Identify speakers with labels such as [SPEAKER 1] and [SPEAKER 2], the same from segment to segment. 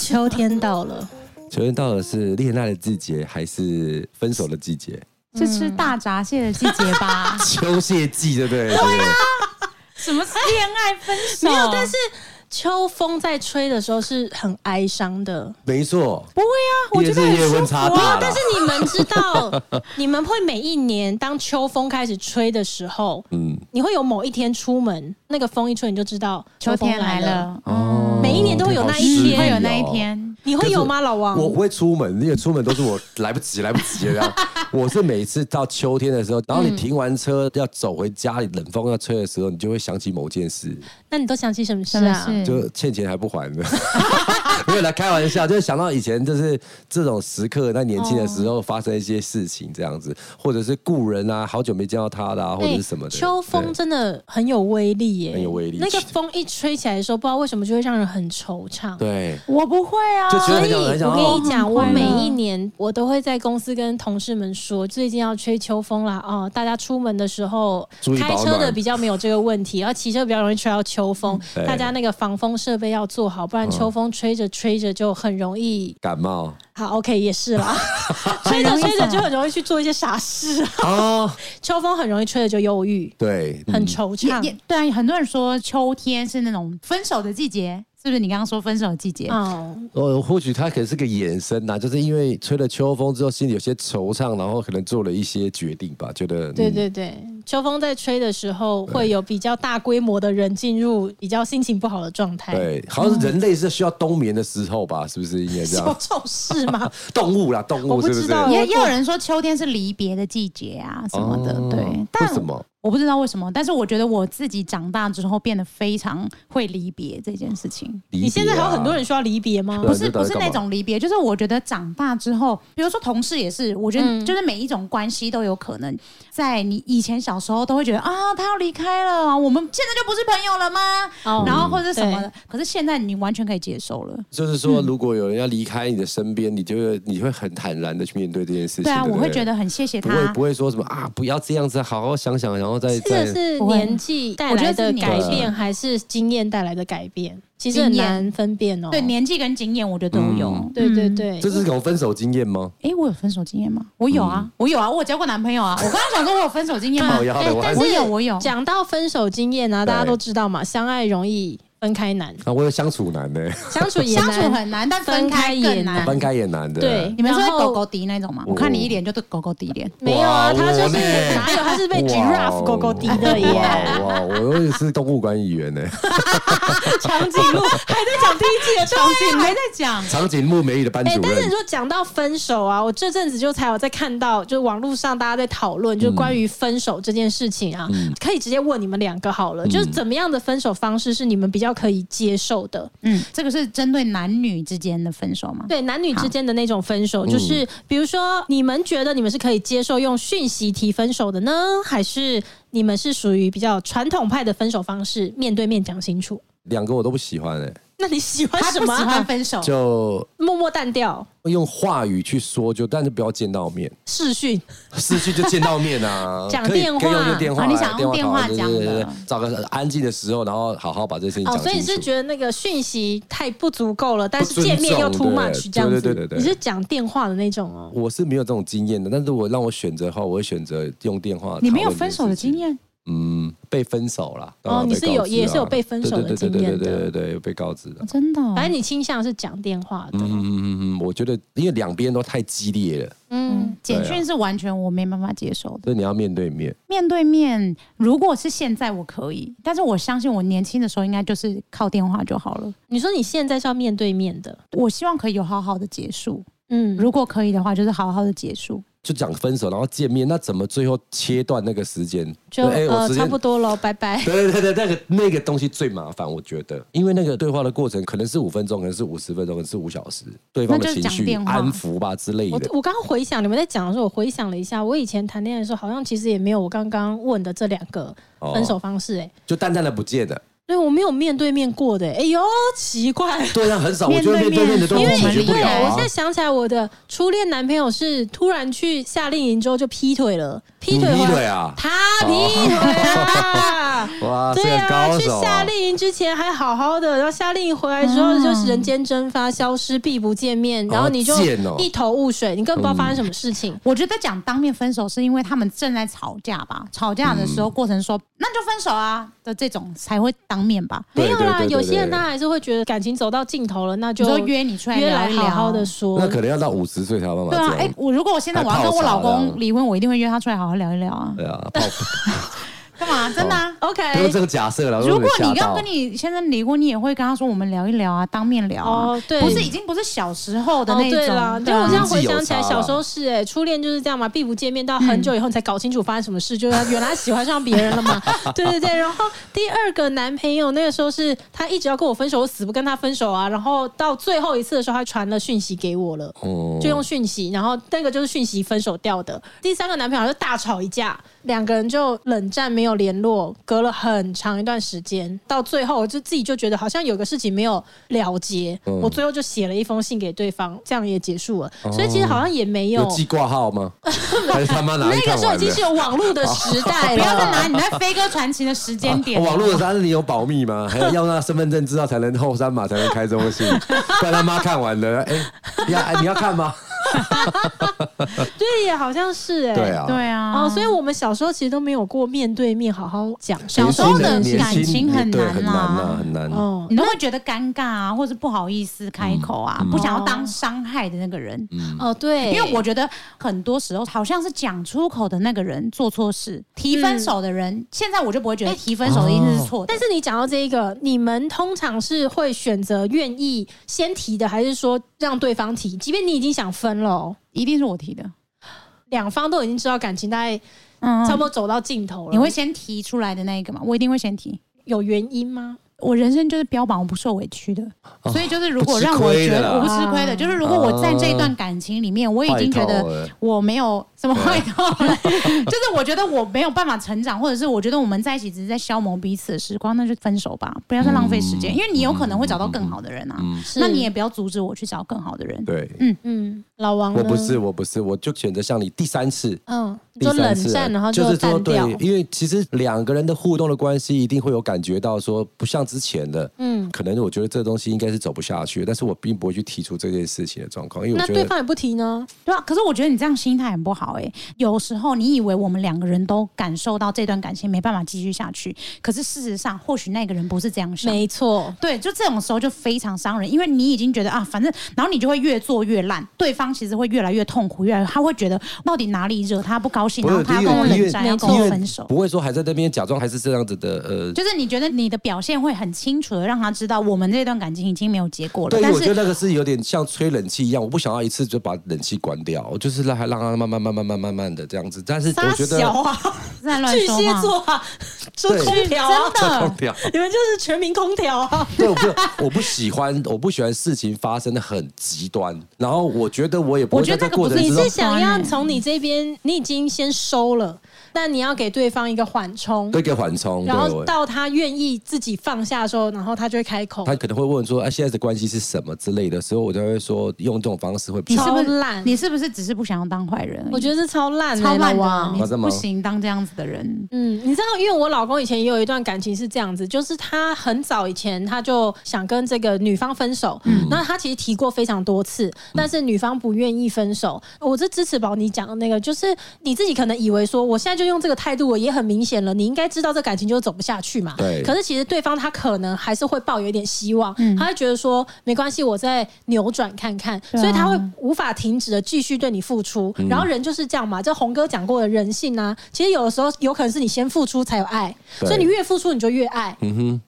[SPEAKER 1] 秋天到了，
[SPEAKER 2] 秋天到了是恋爱的季节还是分手的 季节？？
[SPEAKER 3] 是吃
[SPEAKER 1] 嗯
[SPEAKER 3] 大闸蟹的季节吧
[SPEAKER 2] 秋蟹季，对不对？对啊，
[SPEAKER 3] 什么恋爱分手？
[SPEAKER 1] 没有，但是秋风在吹的时候是很哀伤的。
[SPEAKER 2] 没错。
[SPEAKER 1] 不会啊，我觉得
[SPEAKER 2] 夜
[SPEAKER 1] 很
[SPEAKER 2] 是夜温
[SPEAKER 1] 舒服
[SPEAKER 2] 差
[SPEAKER 1] 啊
[SPEAKER 2] 大。
[SPEAKER 1] 但
[SPEAKER 2] 了
[SPEAKER 1] 是。你们知道， 你们会每一年当秋风开始吹的时候，
[SPEAKER 2] 嗯，
[SPEAKER 1] 你会有某一天出门，那个风一吹你就知道
[SPEAKER 3] 秋
[SPEAKER 1] 风
[SPEAKER 3] 天来
[SPEAKER 1] 了。
[SPEAKER 3] 了，
[SPEAKER 2] 哦
[SPEAKER 1] 每一年都会有那一
[SPEAKER 3] 嗯
[SPEAKER 1] 天
[SPEAKER 3] 会有那一。天。
[SPEAKER 1] 你会有吗，老
[SPEAKER 2] 好
[SPEAKER 1] 王
[SPEAKER 2] 失礼哦？我不会出门，因为出门都是我来不及，来不及这样。 我是每次到秋天的时候，然后
[SPEAKER 1] 嗯
[SPEAKER 2] 你停完车要走回家里，冷风要吹的时候，你就会想起某件事，
[SPEAKER 1] 那你都想起什么事
[SPEAKER 3] 什么
[SPEAKER 1] 啊？
[SPEAKER 3] 事？
[SPEAKER 2] 就欠钱还不还的。 没有来开玩笑，就是想到以前就是这种时刻，在年轻的时候发生一些事情这样子，或者是故人啊，好久没见到他啦、或者
[SPEAKER 1] 哎
[SPEAKER 2] 是什么的。
[SPEAKER 1] 秋风真的很有威力耶，
[SPEAKER 2] 很有威力
[SPEAKER 1] 那个风一吹起来的时候，不知道为什么就会让人很惆怅。
[SPEAKER 2] 对，
[SPEAKER 3] 我不会啊
[SPEAKER 2] 就觉得很想很想
[SPEAKER 1] 我
[SPEAKER 2] 要
[SPEAKER 1] 跟你讲，我
[SPEAKER 3] 很快乐
[SPEAKER 1] 每一年我都会在公司跟同事们说，最近要吹秋风啦哦，大家出门的时候
[SPEAKER 2] 注意保
[SPEAKER 1] 开
[SPEAKER 2] 暖
[SPEAKER 1] 车的比较没有这个问题，然后骑车比较容易吹到秋风，
[SPEAKER 2] 嗯对嗯
[SPEAKER 1] 大家那个防风设备要做好，不然秋风吹着吹着就很容易。
[SPEAKER 2] 感冒
[SPEAKER 1] 好，OK，也是 啦，吹着吹着就很容易去做一些傻事啊。
[SPEAKER 2] 哦，
[SPEAKER 1] 秋风很容易吹着就忧郁，
[SPEAKER 2] 对，嗯
[SPEAKER 1] 很惆怅。
[SPEAKER 3] 也也对啊，很多人说秋天是那种分手的季节，是不是？你刚刚说分手的季节，
[SPEAKER 1] 哦，
[SPEAKER 2] 呃，或许他可能是个衍生呐、就是因为吹了秋风之后，心里有些惆怅，然后可能做了一些决定吧，觉得嗯
[SPEAKER 1] 对、对对，秋风在吹的时候，会有比较大规模的人进入比较心情不好的状态。
[SPEAKER 2] 嗯、，对，好像是人类是需要冬眠的时候吧，是不是应该这
[SPEAKER 1] 有
[SPEAKER 2] 样？
[SPEAKER 1] 这种事 吗？
[SPEAKER 2] 动物啦，动
[SPEAKER 1] 我
[SPEAKER 2] 物
[SPEAKER 1] 不
[SPEAKER 2] 是不
[SPEAKER 1] 知
[SPEAKER 2] 是？
[SPEAKER 1] 道
[SPEAKER 3] 也也有人说秋天是离别的季节啊什么的，
[SPEAKER 2] 哦
[SPEAKER 3] 对。
[SPEAKER 2] 为
[SPEAKER 3] 但
[SPEAKER 2] 什么？
[SPEAKER 3] 我不知道为什么，但是我觉得我自己长大之后变得非常会离别这件事情。
[SPEAKER 2] 离别啊
[SPEAKER 1] 你现在还有很多人需要离别吗？
[SPEAKER 2] 对啊
[SPEAKER 3] 不
[SPEAKER 2] 这
[SPEAKER 3] 是
[SPEAKER 2] 到底
[SPEAKER 3] 不是
[SPEAKER 2] 干嘛
[SPEAKER 3] 那种离别，就是我觉得长大之后，比如说同事也是，我觉
[SPEAKER 1] 嗯
[SPEAKER 3] 得就是每一种关系都有可能，在你以前小时候都会觉得啊，他要离开了，我们现在就不是朋友了吗？
[SPEAKER 1] 哦
[SPEAKER 3] 然后或者是什么的，可是现在你完全可以接受了。
[SPEAKER 2] 就是说，
[SPEAKER 1] 嗯
[SPEAKER 2] 如果有人要离开你的身边，你就会你会很坦然的去面对这件事情。
[SPEAKER 3] 对啊，
[SPEAKER 2] 不
[SPEAKER 3] 我会觉得很谢谢
[SPEAKER 2] 不会
[SPEAKER 3] 他
[SPEAKER 2] 不。会说什么啊，不要这样子，好好想想，然后再
[SPEAKER 1] 这个
[SPEAKER 2] 再
[SPEAKER 1] 是年纪带来的改变，还是经验带来的改变？其实很难分辨哦。
[SPEAKER 3] 对年纪跟经验，我觉得都有。
[SPEAKER 2] 嗯
[SPEAKER 1] 对对
[SPEAKER 3] 嗯
[SPEAKER 1] 对，
[SPEAKER 2] 这是一种分手经验吗？
[SPEAKER 3] 哎、我有分手经验吗？我有
[SPEAKER 2] 嗯
[SPEAKER 3] 啊，我有啊，我有交过男朋 友啊。我刚刚想说，我有分手经验吗
[SPEAKER 2] 靠？腰
[SPEAKER 1] 哎
[SPEAKER 2] 的，我还
[SPEAKER 1] 但
[SPEAKER 2] 是
[SPEAKER 1] 是
[SPEAKER 3] 我有，我有。
[SPEAKER 1] 讲到分手经验啊，
[SPEAKER 2] 对
[SPEAKER 1] 大家都知道嘛，相爱容易分开 难，
[SPEAKER 2] 啊，我有相处难的，
[SPEAKER 1] 相处也
[SPEAKER 3] 相处
[SPEAKER 1] 难。
[SPEAKER 3] 很难，但
[SPEAKER 1] 分
[SPEAKER 3] 分
[SPEAKER 1] 开
[SPEAKER 3] 开
[SPEAKER 1] 也
[SPEAKER 3] 更
[SPEAKER 1] 难
[SPEAKER 3] 难。
[SPEAKER 2] 分开也难的。
[SPEAKER 1] 对，
[SPEAKER 3] 你们是
[SPEAKER 1] 然
[SPEAKER 3] 会
[SPEAKER 1] 后
[SPEAKER 3] 狗狗迪那种吗？我看你一脸就是狗狗迪脸。
[SPEAKER 1] 没有啊？
[SPEAKER 2] 哇
[SPEAKER 1] 他就
[SPEAKER 2] 我
[SPEAKER 1] 是
[SPEAKER 2] 呢哦
[SPEAKER 1] 哪有？他是被 giraffe 狗狗滴的耶。
[SPEAKER 2] 哇哇，我也是动物管理员呢。
[SPEAKER 1] 长颈鹿还在讲第一季的长颈
[SPEAKER 3] 你
[SPEAKER 1] 鹿
[SPEAKER 3] 还。在讲，
[SPEAKER 2] 长颈鹿美语的班
[SPEAKER 1] 哎、
[SPEAKER 2] 主
[SPEAKER 1] 但是
[SPEAKER 2] 任
[SPEAKER 1] 你，说讲到分手啊，我这阵子就才有在看到，就是网络上大家在讨论，
[SPEAKER 3] 嗯
[SPEAKER 1] 就是关于分手这件事情啊，可以直接问你们两个好
[SPEAKER 3] 嗯
[SPEAKER 1] 了，就是怎么样的分手方式是你们比较可以接受的？
[SPEAKER 3] 嗯，这个是针对男女之间的分手吗？
[SPEAKER 1] 对，男女之间的那种分
[SPEAKER 3] 嗯
[SPEAKER 1] 手，就是比如说，你们觉得你们是可以接受用讯息提分手的呢，还是你们是属于比较传统派的分手方式，面对面讲清楚？
[SPEAKER 2] 两个我都不喜欢哎、
[SPEAKER 1] 那你喜欢
[SPEAKER 3] 他
[SPEAKER 1] 什
[SPEAKER 3] 不
[SPEAKER 1] 么
[SPEAKER 3] 喜
[SPEAKER 1] 啊、
[SPEAKER 3] 欢分手，
[SPEAKER 2] 就
[SPEAKER 1] 默默淡掉
[SPEAKER 2] 用话语去说就，但是不要见到面，
[SPEAKER 1] 视讯。，
[SPEAKER 2] 失去就见到面啊
[SPEAKER 1] 讲
[SPEAKER 2] 可以
[SPEAKER 1] 电话
[SPEAKER 2] 可以用用电话来、
[SPEAKER 3] 啊你想用电话
[SPEAKER 2] 电
[SPEAKER 3] 讲
[SPEAKER 2] 讨
[SPEAKER 3] 的
[SPEAKER 2] 论就是找个安静的时候，然后好好把这件事情讲
[SPEAKER 1] 哦，
[SPEAKER 2] 清楚。
[SPEAKER 1] 所以你是觉得那个讯息太不足够了，但是
[SPEAKER 2] 不尊重
[SPEAKER 1] 见面又 too
[SPEAKER 2] 对
[SPEAKER 1] much 这样子？
[SPEAKER 2] 对对对对对
[SPEAKER 1] 你是讲电话的那种哦？
[SPEAKER 2] 我是没有这种经验的，但是我让我选择的话，我会选择用电话。
[SPEAKER 3] 你没有分手的经？验，
[SPEAKER 2] 嗯，被分手啦。
[SPEAKER 1] 哦你是有
[SPEAKER 2] 被告知啊
[SPEAKER 1] 也是有被分手的经验的
[SPEAKER 2] 对对对对对对对，有被告知的
[SPEAKER 3] 哦。真的哦。
[SPEAKER 1] 反正你倾向是讲电话的，
[SPEAKER 2] 嗯嗯嗯嗯，我觉得因为两边都太激烈了，
[SPEAKER 1] 嗯
[SPEAKER 3] 嗯，简讯是完全我没办法接受的。
[SPEAKER 1] 啊
[SPEAKER 2] 所以你要面对面。
[SPEAKER 3] 面对面，如果是现在我可以，但是我相信我年轻的时候应该就是靠电话就好了。
[SPEAKER 1] 你说你现在是要面对面的，
[SPEAKER 3] 我希望可以有好好的结束，
[SPEAKER 1] 嗯，
[SPEAKER 3] 如果可以的话，就是好好的结束。
[SPEAKER 2] 就讲分手，然后见面，那怎么最后切断那个时间？
[SPEAKER 1] 就
[SPEAKER 2] 对哎我
[SPEAKER 1] 呃
[SPEAKER 2] 时
[SPEAKER 1] 差
[SPEAKER 2] 间
[SPEAKER 1] 不多喽，拜拜。
[SPEAKER 2] 对对对对，那个那个东西最麻烦，我觉得，因为那个对话的过程可能是五分钟，可能是五十分钟，可能是五小时，对方的
[SPEAKER 3] 那就
[SPEAKER 2] 情
[SPEAKER 3] 讲
[SPEAKER 2] 绪
[SPEAKER 3] 电话
[SPEAKER 2] 安抚吧之类
[SPEAKER 1] 我
[SPEAKER 2] 的。
[SPEAKER 1] 我刚刚回想你们在讲的时候，我回想了一下，我以前谈恋爱的时候，好像其实也没有我刚刚问的这两个分手方式、哎、
[SPEAKER 2] 就淡淡的不见了，
[SPEAKER 1] 对我没有面对面过的、哎呦，奇怪。
[SPEAKER 2] 对啊，很少，我
[SPEAKER 3] 面
[SPEAKER 2] 觉得
[SPEAKER 3] 对
[SPEAKER 2] 面对面的状
[SPEAKER 1] 因
[SPEAKER 2] 况
[SPEAKER 1] 为
[SPEAKER 2] 解决不
[SPEAKER 1] 对
[SPEAKER 2] 了
[SPEAKER 1] 我
[SPEAKER 2] 啊
[SPEAKER 1] 现在。想起来，我的初恋男朋友是突然去夏令营之后就劈腿了，劈腿
[SPEAKER 2] 你劈
[SPEAKER 1] 回来
[SPEAKER 2] 腿啊哦
[SPEAKER 1] 他劈腿 啊！
[SPEAKER 2] 哇，这
[SPEAKER 1] 对
[SPEAKER 2] 个
[SPEAKER 1] 啊，
[SPEAKER 2] 高
[SPEAKER 1] 去
[SPEAKER 2] 手
[SPEAKER 1] 夏
[SPEAKER 2] 啊！
[SPEAKER 1] 令营之前还好好的，然后夏令营回来之后
[SPEAKER 3] 嗯
[SPEAKER 1] 就是人间蒸发，消失，必不见面，然后你就
[SPEAKER 2] 好贱哦嗯
[SPEAKER 1] 一头雾水，你根本不知道发生什么事情。
[SPEAKER 3] 我觉得讲当面分手是因为他们正在吵架吧，吵架的时
[SPEAKER 1] 嗯
[SPEAKER 3] 候过程说、那就分手啊的这种才会当面吧。
[SPEAKER 1] 没有啦，
[SPEAKER 2] 对对对对
[SPEAKER 1] 有些人
[SPEAKER 2] 对
[SPEAKER 1] 他还是会觉得感情走到尽头了，那
[SPEAKER 3] 你
[SPEAKER 1] 就
[SPEAKER 3] 说约你出来
[SPEAKER 1] 约
[SPEAKER 3] 聊
[SPEAKER 1] 来
[SPEAKER 3] 一聊，
[SPEAKER 1] 好好的说
[SPEAKER 2] 那。可能要到五十岁才有办法
[SPEAKER 3] 对啊，
[SPEAKER 2] 这
[SPEAKER 3] 哎、
[SPEAKER 2] 样。
[SPEAKER 3] 我如果我现在我要跟我老
[SPEAKER 2] 还泡茶的啊
[SPEAKER 3] 公离婚，我一定会约他出来好好聊一聊啊。
[SPEAKER 2] 对啊，泡
[SPEAKER 3] 干嘛？真的啊。
[SPEAKER 2] 不用
[SPEAKER 1] OK，
[SPEAKER 2] 这个 假设了。
[SPEAKER 1] 哦
[SPEAKER 3] 如果
[SPEAKER 2] 我有点
[SPEAKER 3] 你
[SPEAKER 2] 哦吓
[SPEAKER 3] 要
[SPEAKER 2] 到啊
[SPEAKER 3] 跟你先生离婚，你也会跟他说我们聊一聊啊，当面聊啊。
[SPEAKER 1] 哦对
[SPEAKER 3] 不是已经不是小时候的
[SPEAKER 1] 哦
[SPEAKER 3] 那一种。
[SPEAKER 1] 对啦，
[SPEAKER 3] 对
[SPEAKER 1] 就我
[SPEAKER 3] 啊
[SPEAKER 1] 这样回想起
[SPEAKER 2] 年纪有差
[SPEAKER 1] 来，
[SPEAKER 2] 啦
[SPEAKER 1] 小时候是哎、初恋就是这样嘛，必不见面，到
[SPEAKER 3] 嗯
[SPEAKER 1] 很久以后你才搞清楚发生什么事，就是他原来喜欢上别人了 嘛。对对对，然后第二个男朋友那个时候是他一直要跟我分手，我死不跟他分手啊，然后到最后一次的时候，他传了讯息给我了。
[SPEAKER 2] 哦
[SPEAKER 1] 就用讯息，然后那个就是讯息分手掉的。第三个男朋友就大吵一架，两个人就冷战没有联络，隔了很长一段时间，到最后我就自己就觉得好像有个事情没有了结，
[SPEAKER 2] 嗯哦
[SPEAKER 1] 我最后就写了一封信给对方，这样也结束了。所以其实好像也没有
[SPEAKER 2] 有记挂号 吗？还是他妈拿去
[SPEAKER 1] 那
[SPEAKER 2] 看
[SPEAKER 1] 个时候已
[SPEAKER 2] 完
[SPEAKER 1] 经
[SPEAKER 2] 了
[SPEAKER 1] 是？有网络的时代
[SPEAKER 3] 不
[SPEAKER 1] 了，
[SPEAKER 3] 要再拿你那飞鸽传情的时间点、
[SPEAKER 2] 哦网络的三你有保密 吗？还要要那身份证知道才能后三码才能开中 信，不然他妈看完了，哎、要哎你要看吗？
[SPEAKER 1] 对呀，好像是哎、
[SPEAKER 2] 对啊，
[SPEAKER 3] 对啊，
[SPEAKER 1] 哦，所以我们小时候其实都没有过面对面好好讲
[SPEAKER 2] 年
[SPEAKER 3] 小时候
[SPEAKER 2] 轻人
[SPEAKER 3] 的
[SPEAKER 2] 年
[SPEAKER 3] 感
[SPEAKER 2] 轻
[SPEAKER 3] 情很
[SPEAKER 2] 对
[SPEAKER 3] 难
[SPEAKER 2] 很难啊
[SPEAKER 3] 啦，
[SPEAKER 2] 很难。
[SPEAKER 1] 哦，
[SPEAKER 3] 你都会觉得尴尬啊，或是不好意思开口啊，
[SPEAKER 2] 嗯
[SPEAKER 3] 不想要当伤害的那个人。
[SPEAKER 1] 哦对，
[SPEAKER 3] 因为我觉得很多时候好像是讲出口的那个人做错事，提分手的人，现在我就不会觉得提分手的一定是
[SPEAKER 1] 嗯哎哦
[SPEAKER 3] 错的。
[SPEAKER 1] 但是你讲到这一个，你们通常是会选择愿意先提的，还是说让对方提？即便你已经想分了哦，
[SPEAKER 3] 一定是我提的，
[SPEAKER 1] 两方都已经知道感情大概
[SPEAKER 3] 嗯
[SPEAKER 1] 差不多走到尽头了，
[SPEAKER 3] 你会先提出来的那一个嘛？我一定会先提。
[SPEAKER 1] 有原因吗？
[SPEAKER 3] 我人生就是标榜我不受委屈的，所以就是如
[SPEAKER 2] 啊不
[SPEAKER 3] 果
[SPEAKER 2] 吃
[SPEAKER 3] 让我
[SPEAKER 2] 亏
[SPEAKER 3] 觉
[SPEAKER 2] 的
[SPEAKER 3] 得
[SPEAKER 2] 啦
[SPEAKER 3] 我不吃
[SPEAKER 1] 啊
[SPEAKER 3] 亏的，就是如果我在这一段感情里面，我已经觉
[SPEAKER 2] 坏
[SPEAKER 3] 得
[SPEAKER 2] 透了
[SPEAKER 3] 我没有什么坏透了， 就是我觉得我没有办法成长，或者是我觉得我们在一起只是在消磨彼此的时光，那就分手吧，不要再浪费时间，
[SPEAKER 2] 嗯
[SPEAKER 3] 因为你有可能会找到更好的人啊，
[SPEAKER 1] 是
[SPEAKER 3] 那你也不要阻止我去找更好的人。
[SPEAKER 2] 对，
[SPEAKER 1] 嗯，老王呢
[SPEAKER 2] 我不是，我不是，我就选择像你第三次。
[SPEAKER 1] 嗯，
[SPEAKER 2] 第
[SPEAKER 1] 就
[SPEAKER 2] 三
[SPEAKER 1] 冷
[SPEAKER 2] 次了啊
[SPEAKER 1] 战，然后
[SPEAKER 2] 就是说
[SPEAKER 1] 淡
[SPEAKER 2] 对
[SPEAKER 1] 掉，，
[SPEAKER 2] 因为其实两个人的互动的关系一定会有感觉到说不像之前的，
[SPEAKER 1] 嗯。
[SPEAKER 2] 可能我觉得这东西应该是走不下去，但是我并不会去提出这件事情的状况，因为我
[SPEAKER 1] 那
[SPEAKER 2] 觉
[SPEAKER 1] 对
[SPEAKER 2] 得
[SPEAKER 1] 方也不提呢，
[SPEAKER 3] 对啊，可是我觉得你这样心态很不好哎、有时候你以为我们两个人都感受到这段感情没办法继续下去，可是事实上或许那个人不是啊这样想。
[SPEAKER 1] 没错，
[SPEAKER 3] 对，就这种时候就非常伤人，因为你已经觉得啊，反正，然后你就会越做越烂，对方其实会越来越痛苦，越来越他会觉得到底哪里惹他不高兴，
[SPEAKER 2] 不
[SPEAKER 3] 然
[SPEAKER 2] 是
[SPEAKER 3] 后他要
[SPEAKER 2] 因为
[SPEAKER 3] 跟我
[SPEAKER 2] 因为
[SPEAKER 3] 冷战，要跟
[SPEAKER 1] 没
[SPEAKER 3] 我
[SPEAKER 1] 错
[SPEAKER 3] 分手。
[SPEAKER 2] 不会说还在那边假装还是这样子的呃
[SPEAKER 3] 就是你觉得你的表现会很清楚的让他知道，我们这段感情已经没有结果了，
[SPEAKER 2] 对，
[SPEAKER 3] 但
[SPEAKER 2] 我觉
[SPEAKER 3] 是
[SPEAKER 2] 得那个是有点像吹冷气一样，我不想要一次就把冷气关掉，我就是让它让它慢慢慢慢慢慢慢的这样子。但是我
[SPEAKER 1] 傻
[SPEAKER 2] 觉得
[SPEAKER 1] 小啊，
[SPEAKER 3] 在乱
[SPEAKER 1] 巨
[SPEAKER 3] 说
[SPEAKER 1] 蟹
[SPEAKER 3] 话。
[SPEAKER 1] 座啊，说
[SPEAKER 2] 对
[SPEAKER 1] 空调啊，
[SPEAKER 3] 真的
[SPEAKER 2] 空调，
[SPEAKER 1] 你们就是全民空调啊，
[SPEAKER 2] 对，我不我不喜欢，我不喜欢事情发生的很极端。然后我觉得我也不会
[SPEAKER 3] 我觉
[SPEAKER 2] 在这
[SPEAKER 3] 得那个
[SPEAKER 2] 过
[SPEAKER 3] 不
[SPEAKER 2] 程
[SPEAKER 3] 是
[SPEAKER 1] 你
[SPEAKER 2] 之
[SPEAKER 3] 一
[SPEAKER 2] 中
[SPEAKER 1] 是
[SPEAKER 3] 些，
[SPEAKER 1] 想要从你这边，你已经先收了，但你要给对方一个缓冲，
[SPEAKER 2] 对给缓冲，对
[SPEAKER 1] 然后
[SPEAKER 2] 我。
[SPEAKER 1] 到他愿意自己放下的时候，然后他就会开口。
[SPEAKER 2] 他可能会问说：“哎、现在的关系是什么之类的？”所以我就会说，用这种方式会比
[SPEAKER 3] 你
[SPEAKER 2] 较
[SPEAKER 3] 是不
[SPEAKER 1] 超
[SPEAKER 3] 是
[SPEAKER 1] 烂
[SPEAKER 3] 你是不是只是不想要当坏人而已？
[SPEAKER 1] 我觉得这超烂、欸，
[SPEAKER 3] 超烂
[SPEAKER 1] 老
[SPEAKER 3] 的
[SPEAKER 1] 王
[SPEAKER 3] 啊，你
[SPEAKER 2] 啊真的吗
[SPEAKER 3] 不行当这样子的人。
[SPEAKER 1] 嗯，你知道，因为我老公以前也有一段感情是这样子，就是他很早以前他就想跟这个女方分手，那他其实提过非常多次，但是女方不愿意分手。我这支持宝你讲的那个，就是你自己可能以为说，我现在就用这个态度，我也很明显了，你应该知道这感情就走不下去嘛。
[SPEAKER 2] 对
[SPEAKER 1] 可是其实对方他可能还是会抱有一点希望，他会觉得说没关系，我再扭转看看，
[SPEAKER 3] 对啊
[SPEAKER 1] 所以他会无法停止的继续对你付出。然后人就是这样嘛，这红哥讲过的人性啊，其实有的时候有可能是你先付出才有爱，
[SPEAKER 2] 对
[SPEAKER 1] 所以你越付出你就越爱。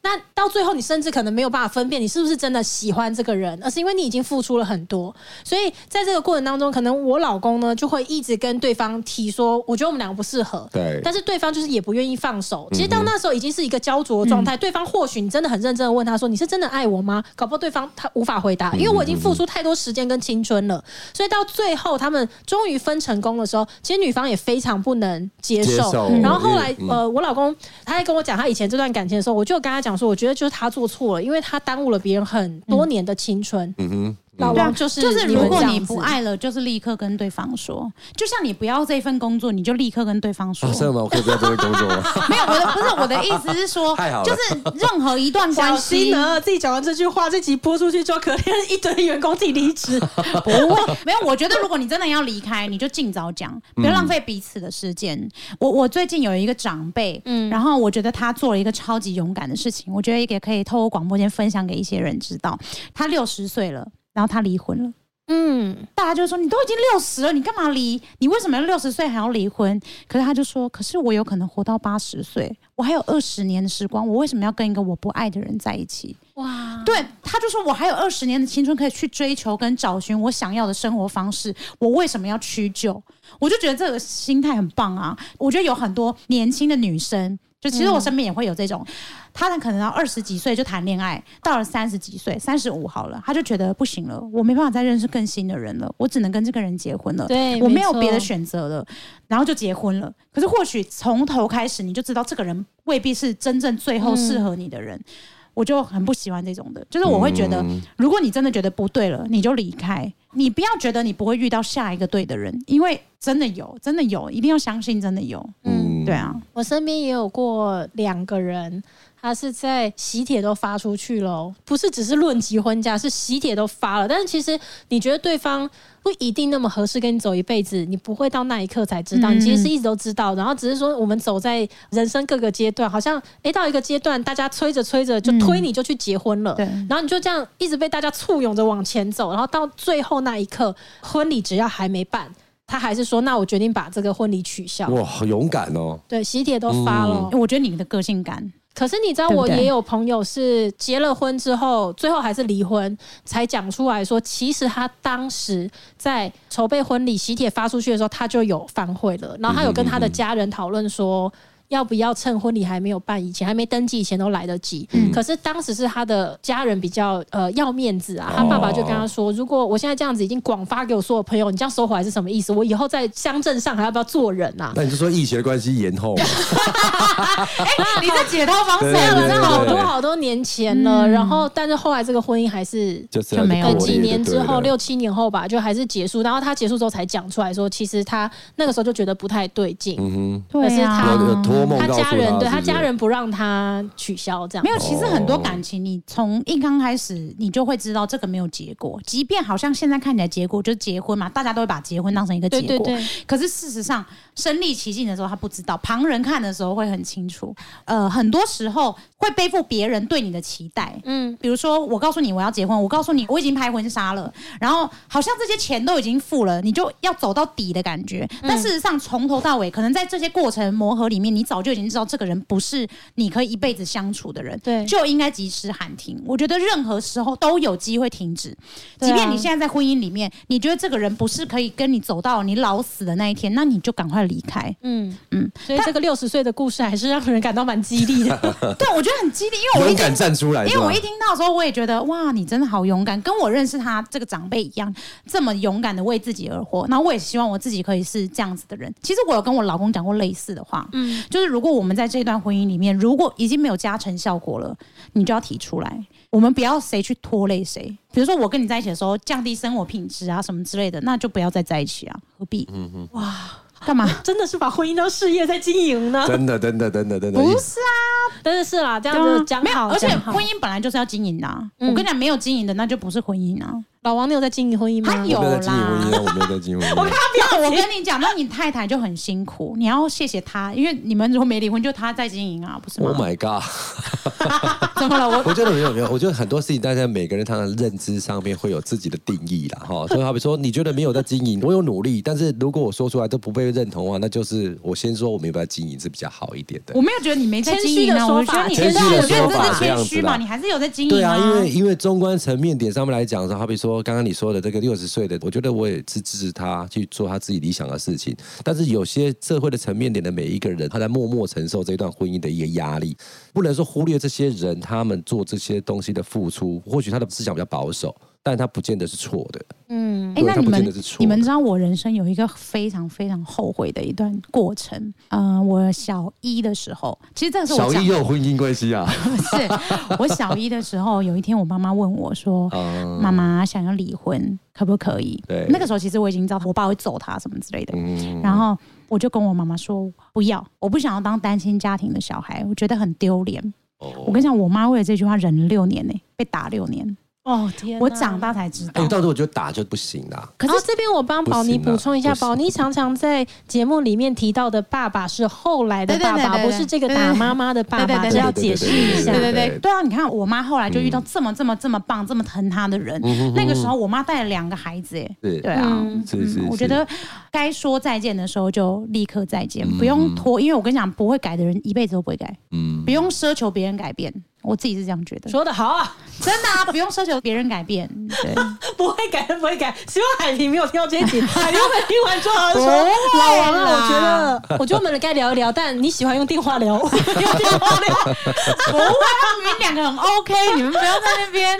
[SPEAKER 1] 那到最后你甚至可能没有办法分辨你是不是真的喜欢这个人，而是因为你已经付出了很多。所以在这个过程当中，可能我老公呢就会一直跟对方提说，说，我觉得我们两个不适合，
[SPEAKER 2] 对
[SPEAKER 1] 但是对方就是也不愿意放
[SPEAKER 2] 嗯
[SPEAKER 1] 手。其实到那时候已经是一个焦灼的状态，对方或许你真的很认真的问他说：“你是真的爱我吗？”搞不好对方他无法回答，
[SPEAKER 2] 嗯
[SPEAKER 1] 因为我已经付出太多时间跟青春了。所以到最后他们终于分成功的时候，其实女方也非常不能接
[SPEAKER 2] 接
[SPEAKER 1] 受。
[SPEAKER 2] 受
[SPEAKER 1] 然后后来
[SPEAKER 2] 嗯
[SPEAKER 1] 呃，我老公他在跟我讲他以前这段感情的时候，我就跟他讲说，我觉得就是他做错了，因为他耽误了别人很多年的青春。
[SPEAKER 2] 嗯哼，
[SPEAKER 1] 老
[SPEAKER 3] 对啊
[SPEAKER 1] 王就是
[SPEAKER 3] 就是，
[SPEAKER 1] 们
[SPEAKER 3] 如果
[SPEAKER 1] 这样
[SPEAKER 3] 你
[SPEAKER 1] 子
[SPEAKER 3] 不爱了，就是立刻跟对方说。就像你不要这份工作，你就立刻跟对方说
[SPEAKER 2] 啊，。真的吗？我可以不要这份工作 吗？
[SPEAKER 3] 没有，我的不是我的意思是 说
[SPEAKER 2] 太好，了
[SPEAKER 3] 哦就是任何一段关
[SPEAKER 1] 小
[SPEAKER 3] 系
[SPEAKER 1] 心 呢，自己讲完这句话，这集播出去之后，可怜一堆员工自己离职。
[SPEAKER 3] 不会，没有。我觉得如果你真的要离开，你就尽早讲，
[SPEAKER 2] 嗯
[SPEAKER 3] 不要浪费彼此的时间。我我最近有一个长辈，嗯，然后我觉得他做了一个超级勇敢的事情，我觉得也可以透过广播间分享给一些人知道。他六十岁了，然后他离婚了。
[SPEAKER 1] 嗯，
[SPEAKER 3] 大家就说你都已经六十了，你干嘛离？你为什么要六十岁还要离婚？可是他就说，可是我有可能活到八十岁，我还有二十年的时光，我为什么要跟一个我不爱的人在一起？
[SPEAKER 1] 哇，
[SPEAKER 3] 对，他就说我还有二十年的青春可以去追求跟找寻我想要的生活方式，我为什么要屈就？我就觉得这个心态很棒啊！我觉得有很多年轻的女生，就其实我身边也会有这种，她们可能到二十几岁就谈恋爱，到了三十几岁，三十五好了，她就觉得不行了，我没办法再认识更新的人了，我只能跟这个人结婚了。
[SPEAKER 1] 对
[SPEAKER 3] 呃我
[SPEAKER 1] 哎没
[SPEAKER 3] 没有别的
[SPEAKER 1] 错
[SPEAKER 3] 选择了，然后就结婚了。可是或许从头开始，你就知道这个人未必是真正最后适
[SPEAKER 1] 嗯
[SPEAKER 3] 合你的人。我就很不喜欢这种的，就是我会觉得，
[SPEAKER 2] 嗯
[SPEAKER 3] 如果你真的觉得不对了，你就离开，你不要觉得你不会遇到下一个对的人，因为真的有，真的有，一定要相信真的有。
[SPEAKER 1] 嗯，
[SPEAKER 2] 嗯，
[SPEAKER 3] 对啊，
[SPEAKER 1] 我身边也有过两个人，他是在喜帖都发出去喽，不是只是论及婚嫁，是喜帖都发了。但是其实你觉得对方不一定那么合适跟你走一辈子，你不会到那一刻才知道，
[SPEAKER 3] 嗯
[SPEAKER 1] 你其实是一直都知道，然后只是说我们走在人生各个阶段，好像诶到一个阶段，大家催着催着就
[SPEAKER 3] 嗯
[SPEAKER 1] 推你就去结婚了，
[SPEAKER 3] 对
[SPEAKER 1] 然后你就这样一直被大家簇拥着往前走，然后到最后那一刻，婚礼只要还没办。他还是说，那我决定把这个婚礼取消。
[SPEAKER 2] 哇，好勇敢哦，
[SPEAKER 1] 对，喜帖都发了。哦
[SPEAKER 3] 我觉得你的个性感，
[SPEAKER 1] 可是你知道，
[SPEAKER 3] 对不
[SPEAKER 1] 我
[SPEAKER 3] 对
[SPEAKER 1] 也有朋友是结了婚之后，最后还是离婚，才讲出来说，其实他当时在筹备婚礼喜帖发出去的时候，他就有反悔了，然后他有跟他
[SPEAKER 3] 嗯
[SPEAKER 1] 的家人讨论说。要不要趁婚礼还没有办以前，还没登记以前都来得及。
[SPEAKER 3] 嗯
[SPEAKER 1] 可是当时是他的家人比较呃要面子
[SPEAKER 3] 哦
[SPEAKER 1] 啊，他爸爸就跟他说：“如果我现在这样子已经广发给我所有朋友，你这样收回来是什么意思？我以后在乡镇上还要不要做人啊？”
[SPEAKER 2] 那你就说疫情的关系延 后嘛，
[SPEAKER 3] 你的解套方
[SPEAKER 2] 式
[SPEAKER 1] 没有了，啊
[SPEAKER 2] 对
[SPEAKER 1] 那
[SPEAKER 2] 对
[SPEAKER 1] 好
[SPEAKER 2] 对
[SPEAKER 1] 多好多年前了。然后，但是后来这个婚姻还是
[SPEAKER 2] 就是
[SPEAKER 3] 就没有
[SPEAKER 1] 呃
[SPEAKER 3] 了
[SPEAKER 2] 破裂
[SPEAKER 1] 几
[SPEAKER 2] 就
[SPEAKER 1] 年之
[SPEAKER 2] 对
[SPEAKER 1] 后，
[SPEAKER 2] 了
[SPEAKER 1] 六七年后吧，就还是结束。然后他结束之后才讲出来说，其实他那个时候就觉得不太对劲，
[SPEAKER 2] 嗯
[SPEAKER 3] 啊
[SPEAKER 1] 可是他
[SPEAKER 2] 哼，有有托梦
[SPEAKER 1] 他
[SPEAKER 2] 告诉
[SPEAKER 1] 家人对
[SPEAKER 2] 是
[SPEAKER 1] 他
[SPEAKER 2] 不是
[SPEAKER 1] 家人不让他取消这样
[SPEAKER 3] 没。有，其实很多感情，你从一刚开始，你就会知道这个没有结果。即便好像现在看起来结果就是结婚嘛，大家都会把结婚当成一个结
[SPEAKER 1] 对
[SPEAKER 3] 果。
[SPEAKER 1] 对对，
[SPEAKER 3] 可是事实上，身历其境的时候，他不知道；旁人看的时候会很清楚。呃，很多时候会背负别人对你的期待。
[SPEAKER 1] 嗯，
[SPEAKER 3] 比如说，我告诉你我要结婚，我告诉你我已经拍婚纱了，然后好像这些钱都已经付了，你就要走到底的感觉。
[SPEAKER 1] 嗯
[SPEAKER 3] 但事实上，从头到尾，可能在这些过程磨合里面，你早就已经知道这个人不是你可以一辈子相处的人，
[SPEAKER 1] 对
[SPEAKER 3] 就应该及时喊停。我觉得任何时候都有机会停止，
[SPEAKER 1] 对啊
[SPEAKER 3] 即便你现在在婚姻里面，你觉得这个人不是可以跟你走到你老死的那一天，那你就赶快离开。
[SPEAKER 1] 嗯嗯，所以这个六十岁的故事还是让人感到蛮激励的。
[SPEAKER 3] 对，我觉得很激励，因为我一
[SPEAKER 2] 勇
[SPEAKER 3] 直
[SPEAKER 2] 敢站出来，
[SPEAKER 3] 因
[SPEAKER 2] 是
[SPEAKER 3] 为
[SPEAKER 2] 吧
[SPEAKER 3] 我一听到的时候，我也觉得哇，你真的好勇敢，跟我认识他这个长辈一样，这么勇敢的为自己而活。那我也希望我自己可以是这样子的人。其实我有跟我老公讲过类似的话，嗯，就是如果我们在这段婚姻里面，如果已经没有加成效果了，你就要提出来，我们不要谁去拖累谁。比如说我跟你在一起的时候，降低生活品质啊什么之类的，那就不要再在一起啊，何必？嗯嗯，哇，干嘛？
[SPEAKER 1] 真的是把婚姻当事业在经营呢。
[SPEAKER 2] 真的真的真的真的，
[SPEAKER 3] 不是啊，
[SPEAKER 1] 真的是啦，这样
[SPEAKER 3] 对啊
[SPEAKER 1] 子讲
[SPEAKER 3] 没有，
[SPEAKER 1] 好，
[SPEAKER 3] 而且
[SPEAKER 1] 讲好嗯
[SPEAKER 3] 婚姻本来就是要经营的、啊。我跟你讲，没有经营的那就不是婚姻啊。
[SPEAKER 1] 老王，你有在经营婚姻
[SPEAKER 3] 他
[SPEAKER 1] 吗？
[SPEAKER 3] 有
[SPEAKER 2] 我没有在经营婚
[SPEAKER 3] 啦
[SPEAKER 2] 姻啊，我没有在经营婚姻啊，
[SPEAKER 3] 那 我 跟你讲，那你太太就很辛苦，你要谢谢她，因为你们如果没离婚，就她在经营啊，不是吗
[SPEAKER 2] Oh my god！
[SPEAKER 3] 怎么了？我
[SPEAKER 2] 我觉得没有没有，我觉得很多事情，大家每个人他的认知上面会有自己的定义啦，哈。所以好比说，你觉得没有在经营，我有努力，但是如果我说出来都不被认同的话，那就是我先说我没有在经营是比较好一点的
[SPEAKER 3] 我。没有觉得你没在经
[SPEAKER 1] 谦虚
[SPEAKER 3] 营
[SPEAKER 1] 的
[SPEAKER 3] 啊，
[SPEAKER 1] 说
[SPEAKER 3] 我
[SPEAKER 1] 法
[SPEAKER 3] 觉得
[SPEAKER 1] 谦
[SPEAKER 3] 你
[SPEAKER 2] 虚的
[SPEAKER 3] 我觉
[SPEAKER 2] 说
[SPEAKER 3] 得你真
[SPEAKER 2] 法
[SPEAKER 3] 的
[SPEAKER 2] 这样
[SPEAKER 3] 谦
[SPEAKER 2] 子
[SPEAKER 3] 虚
[SPEAKER 2] 啦
[SPEAKER 3] 嘛，你还是有在经
[SPEAKER 2] 对啊
[SPEAKER 3] 营
[SPEAKER 2] 啊，因为因为中观层面点上面来讲，好比说刚刚你说的这个六十岁的，我觉得我也是支持他去做他自己理想的事情。但是有些社会的层面点的每一个人，他在默默承受这段婚姻的一个压力，不能说忽略这些人他们做这些东西的付出。或许他的思想比较保守，但他不见得是错的。
[SPEAKER 1] 嗯，
[SPEAKER 3] 哎、
[SPEAKER 2] 对
[SPEAKER 3] 那
[SPEAKER 2] 他
[SPEAKER 3] 你
[SPEAKER 2] 不见
[SPEAKER 3] 们
[SPEAKER 2] 得是错
[SPEAKER 3] 你们
[SPEAKER 2] 的
[SPEAKER 3] 知道我人生有一个非常非常后悔的一段过程。嗯、我小一的时候，其实这个是我
[SPEAKER 2] 小
[SPEAKER 3] 讲
[SPEAKER 2] 易有婚姻关系啊，
[SPEAKER 3] 不 是我小一的时候，有一天我妈妈问我说：“
[SPEAKER 2] 嗯
[SPEAKER 3] 妈妈想要离婚，可不可以？”
[SPEAKER 2] 对
[SPEAKER 3] 那个时候其实我已经知道我爸会揍她什么之类的，
[SPEAKER 2] 嗯
[SPEAKER 3] 然后我就跟我妈妈说：“不要，我不想要当单亲家庭的小孩，我觉得很丢脸。”
[SPEAKER 2] 哦
[SPEAKER 3] 我跟你讲，我妈为了这句话忍了六年呢、被打六年。
[SPEAKER 1] 哦天哪，
[SPEAKER 3] 我长大才知道
[SPEAKER 2] 哎、，到时候我觉得打就不行啦。
[SPEAKER 1] 可是这边我帮宝妮
[SPEAKER 2] 不行啊
[SPEAKER 1] 补充一下，
[SPEAKER 2] 不行
[SPEAKER 1] 宝妮常常在节目里面提到的爸爸是后来的爸爸，
[SPEAKER 3] 对对对对对
[SPEAKER 1] 不是这个打妈妈的爸爸，
[SPEAKER 3] 对对对对
[SPEAKER 1] 这要解释一下
[SPEAKER 3] 对。
[SPEAKER 2] 对对
[SPEAKER 3] 对对嗯对啊！你看，我妈后来就遇到这么这么这么棒、这么疼她的人。那个时候，我妈带了两个孩子，哎，
[SPEAKER 2] 是
[SPEAKER 3] 对啊，
[SPEAKER 1] 嗯
[SPEAKER 2] 是
[SPEAKER 3] 嗯
[SPEAKER 2] 是
[SPEAKER 3] 我
[SPEAKER 2] 是
[SPEAKER 3] 觉得该说再见的时候就立刻再见，
[SPEAKER 2] 嗯
[SPEAKER 3] 不用拖，因为我跟你讲，不会改的人一辈子都不会改，
[SPEAKER 2] 嗯
[SPEAKER 3] 不用奢求别人改变。我自己是这样觉得，
[SPEAKER 1] 说的好啊，
[SPEAKER 3] 真的啊，不用奢求别人改 变，对，
[SPEAKER 1] 不会改的不会改。希望海平没有听到这一集，海平会听完之后
[SPEAKER 3] 不
[SPEAKER 1] 说：“
[SPEAKER 3] 会
[SPEAKER 1] 老王啊，
[SPEAKER 3] 啦
[SPEAKER 1] 我觉得，我觉得我们该聊一聊，但你喜欢用电话聊，我们用电话聊，
[SPEAKER 3] 不会，他们明明两个很 OK，你们不要在那边，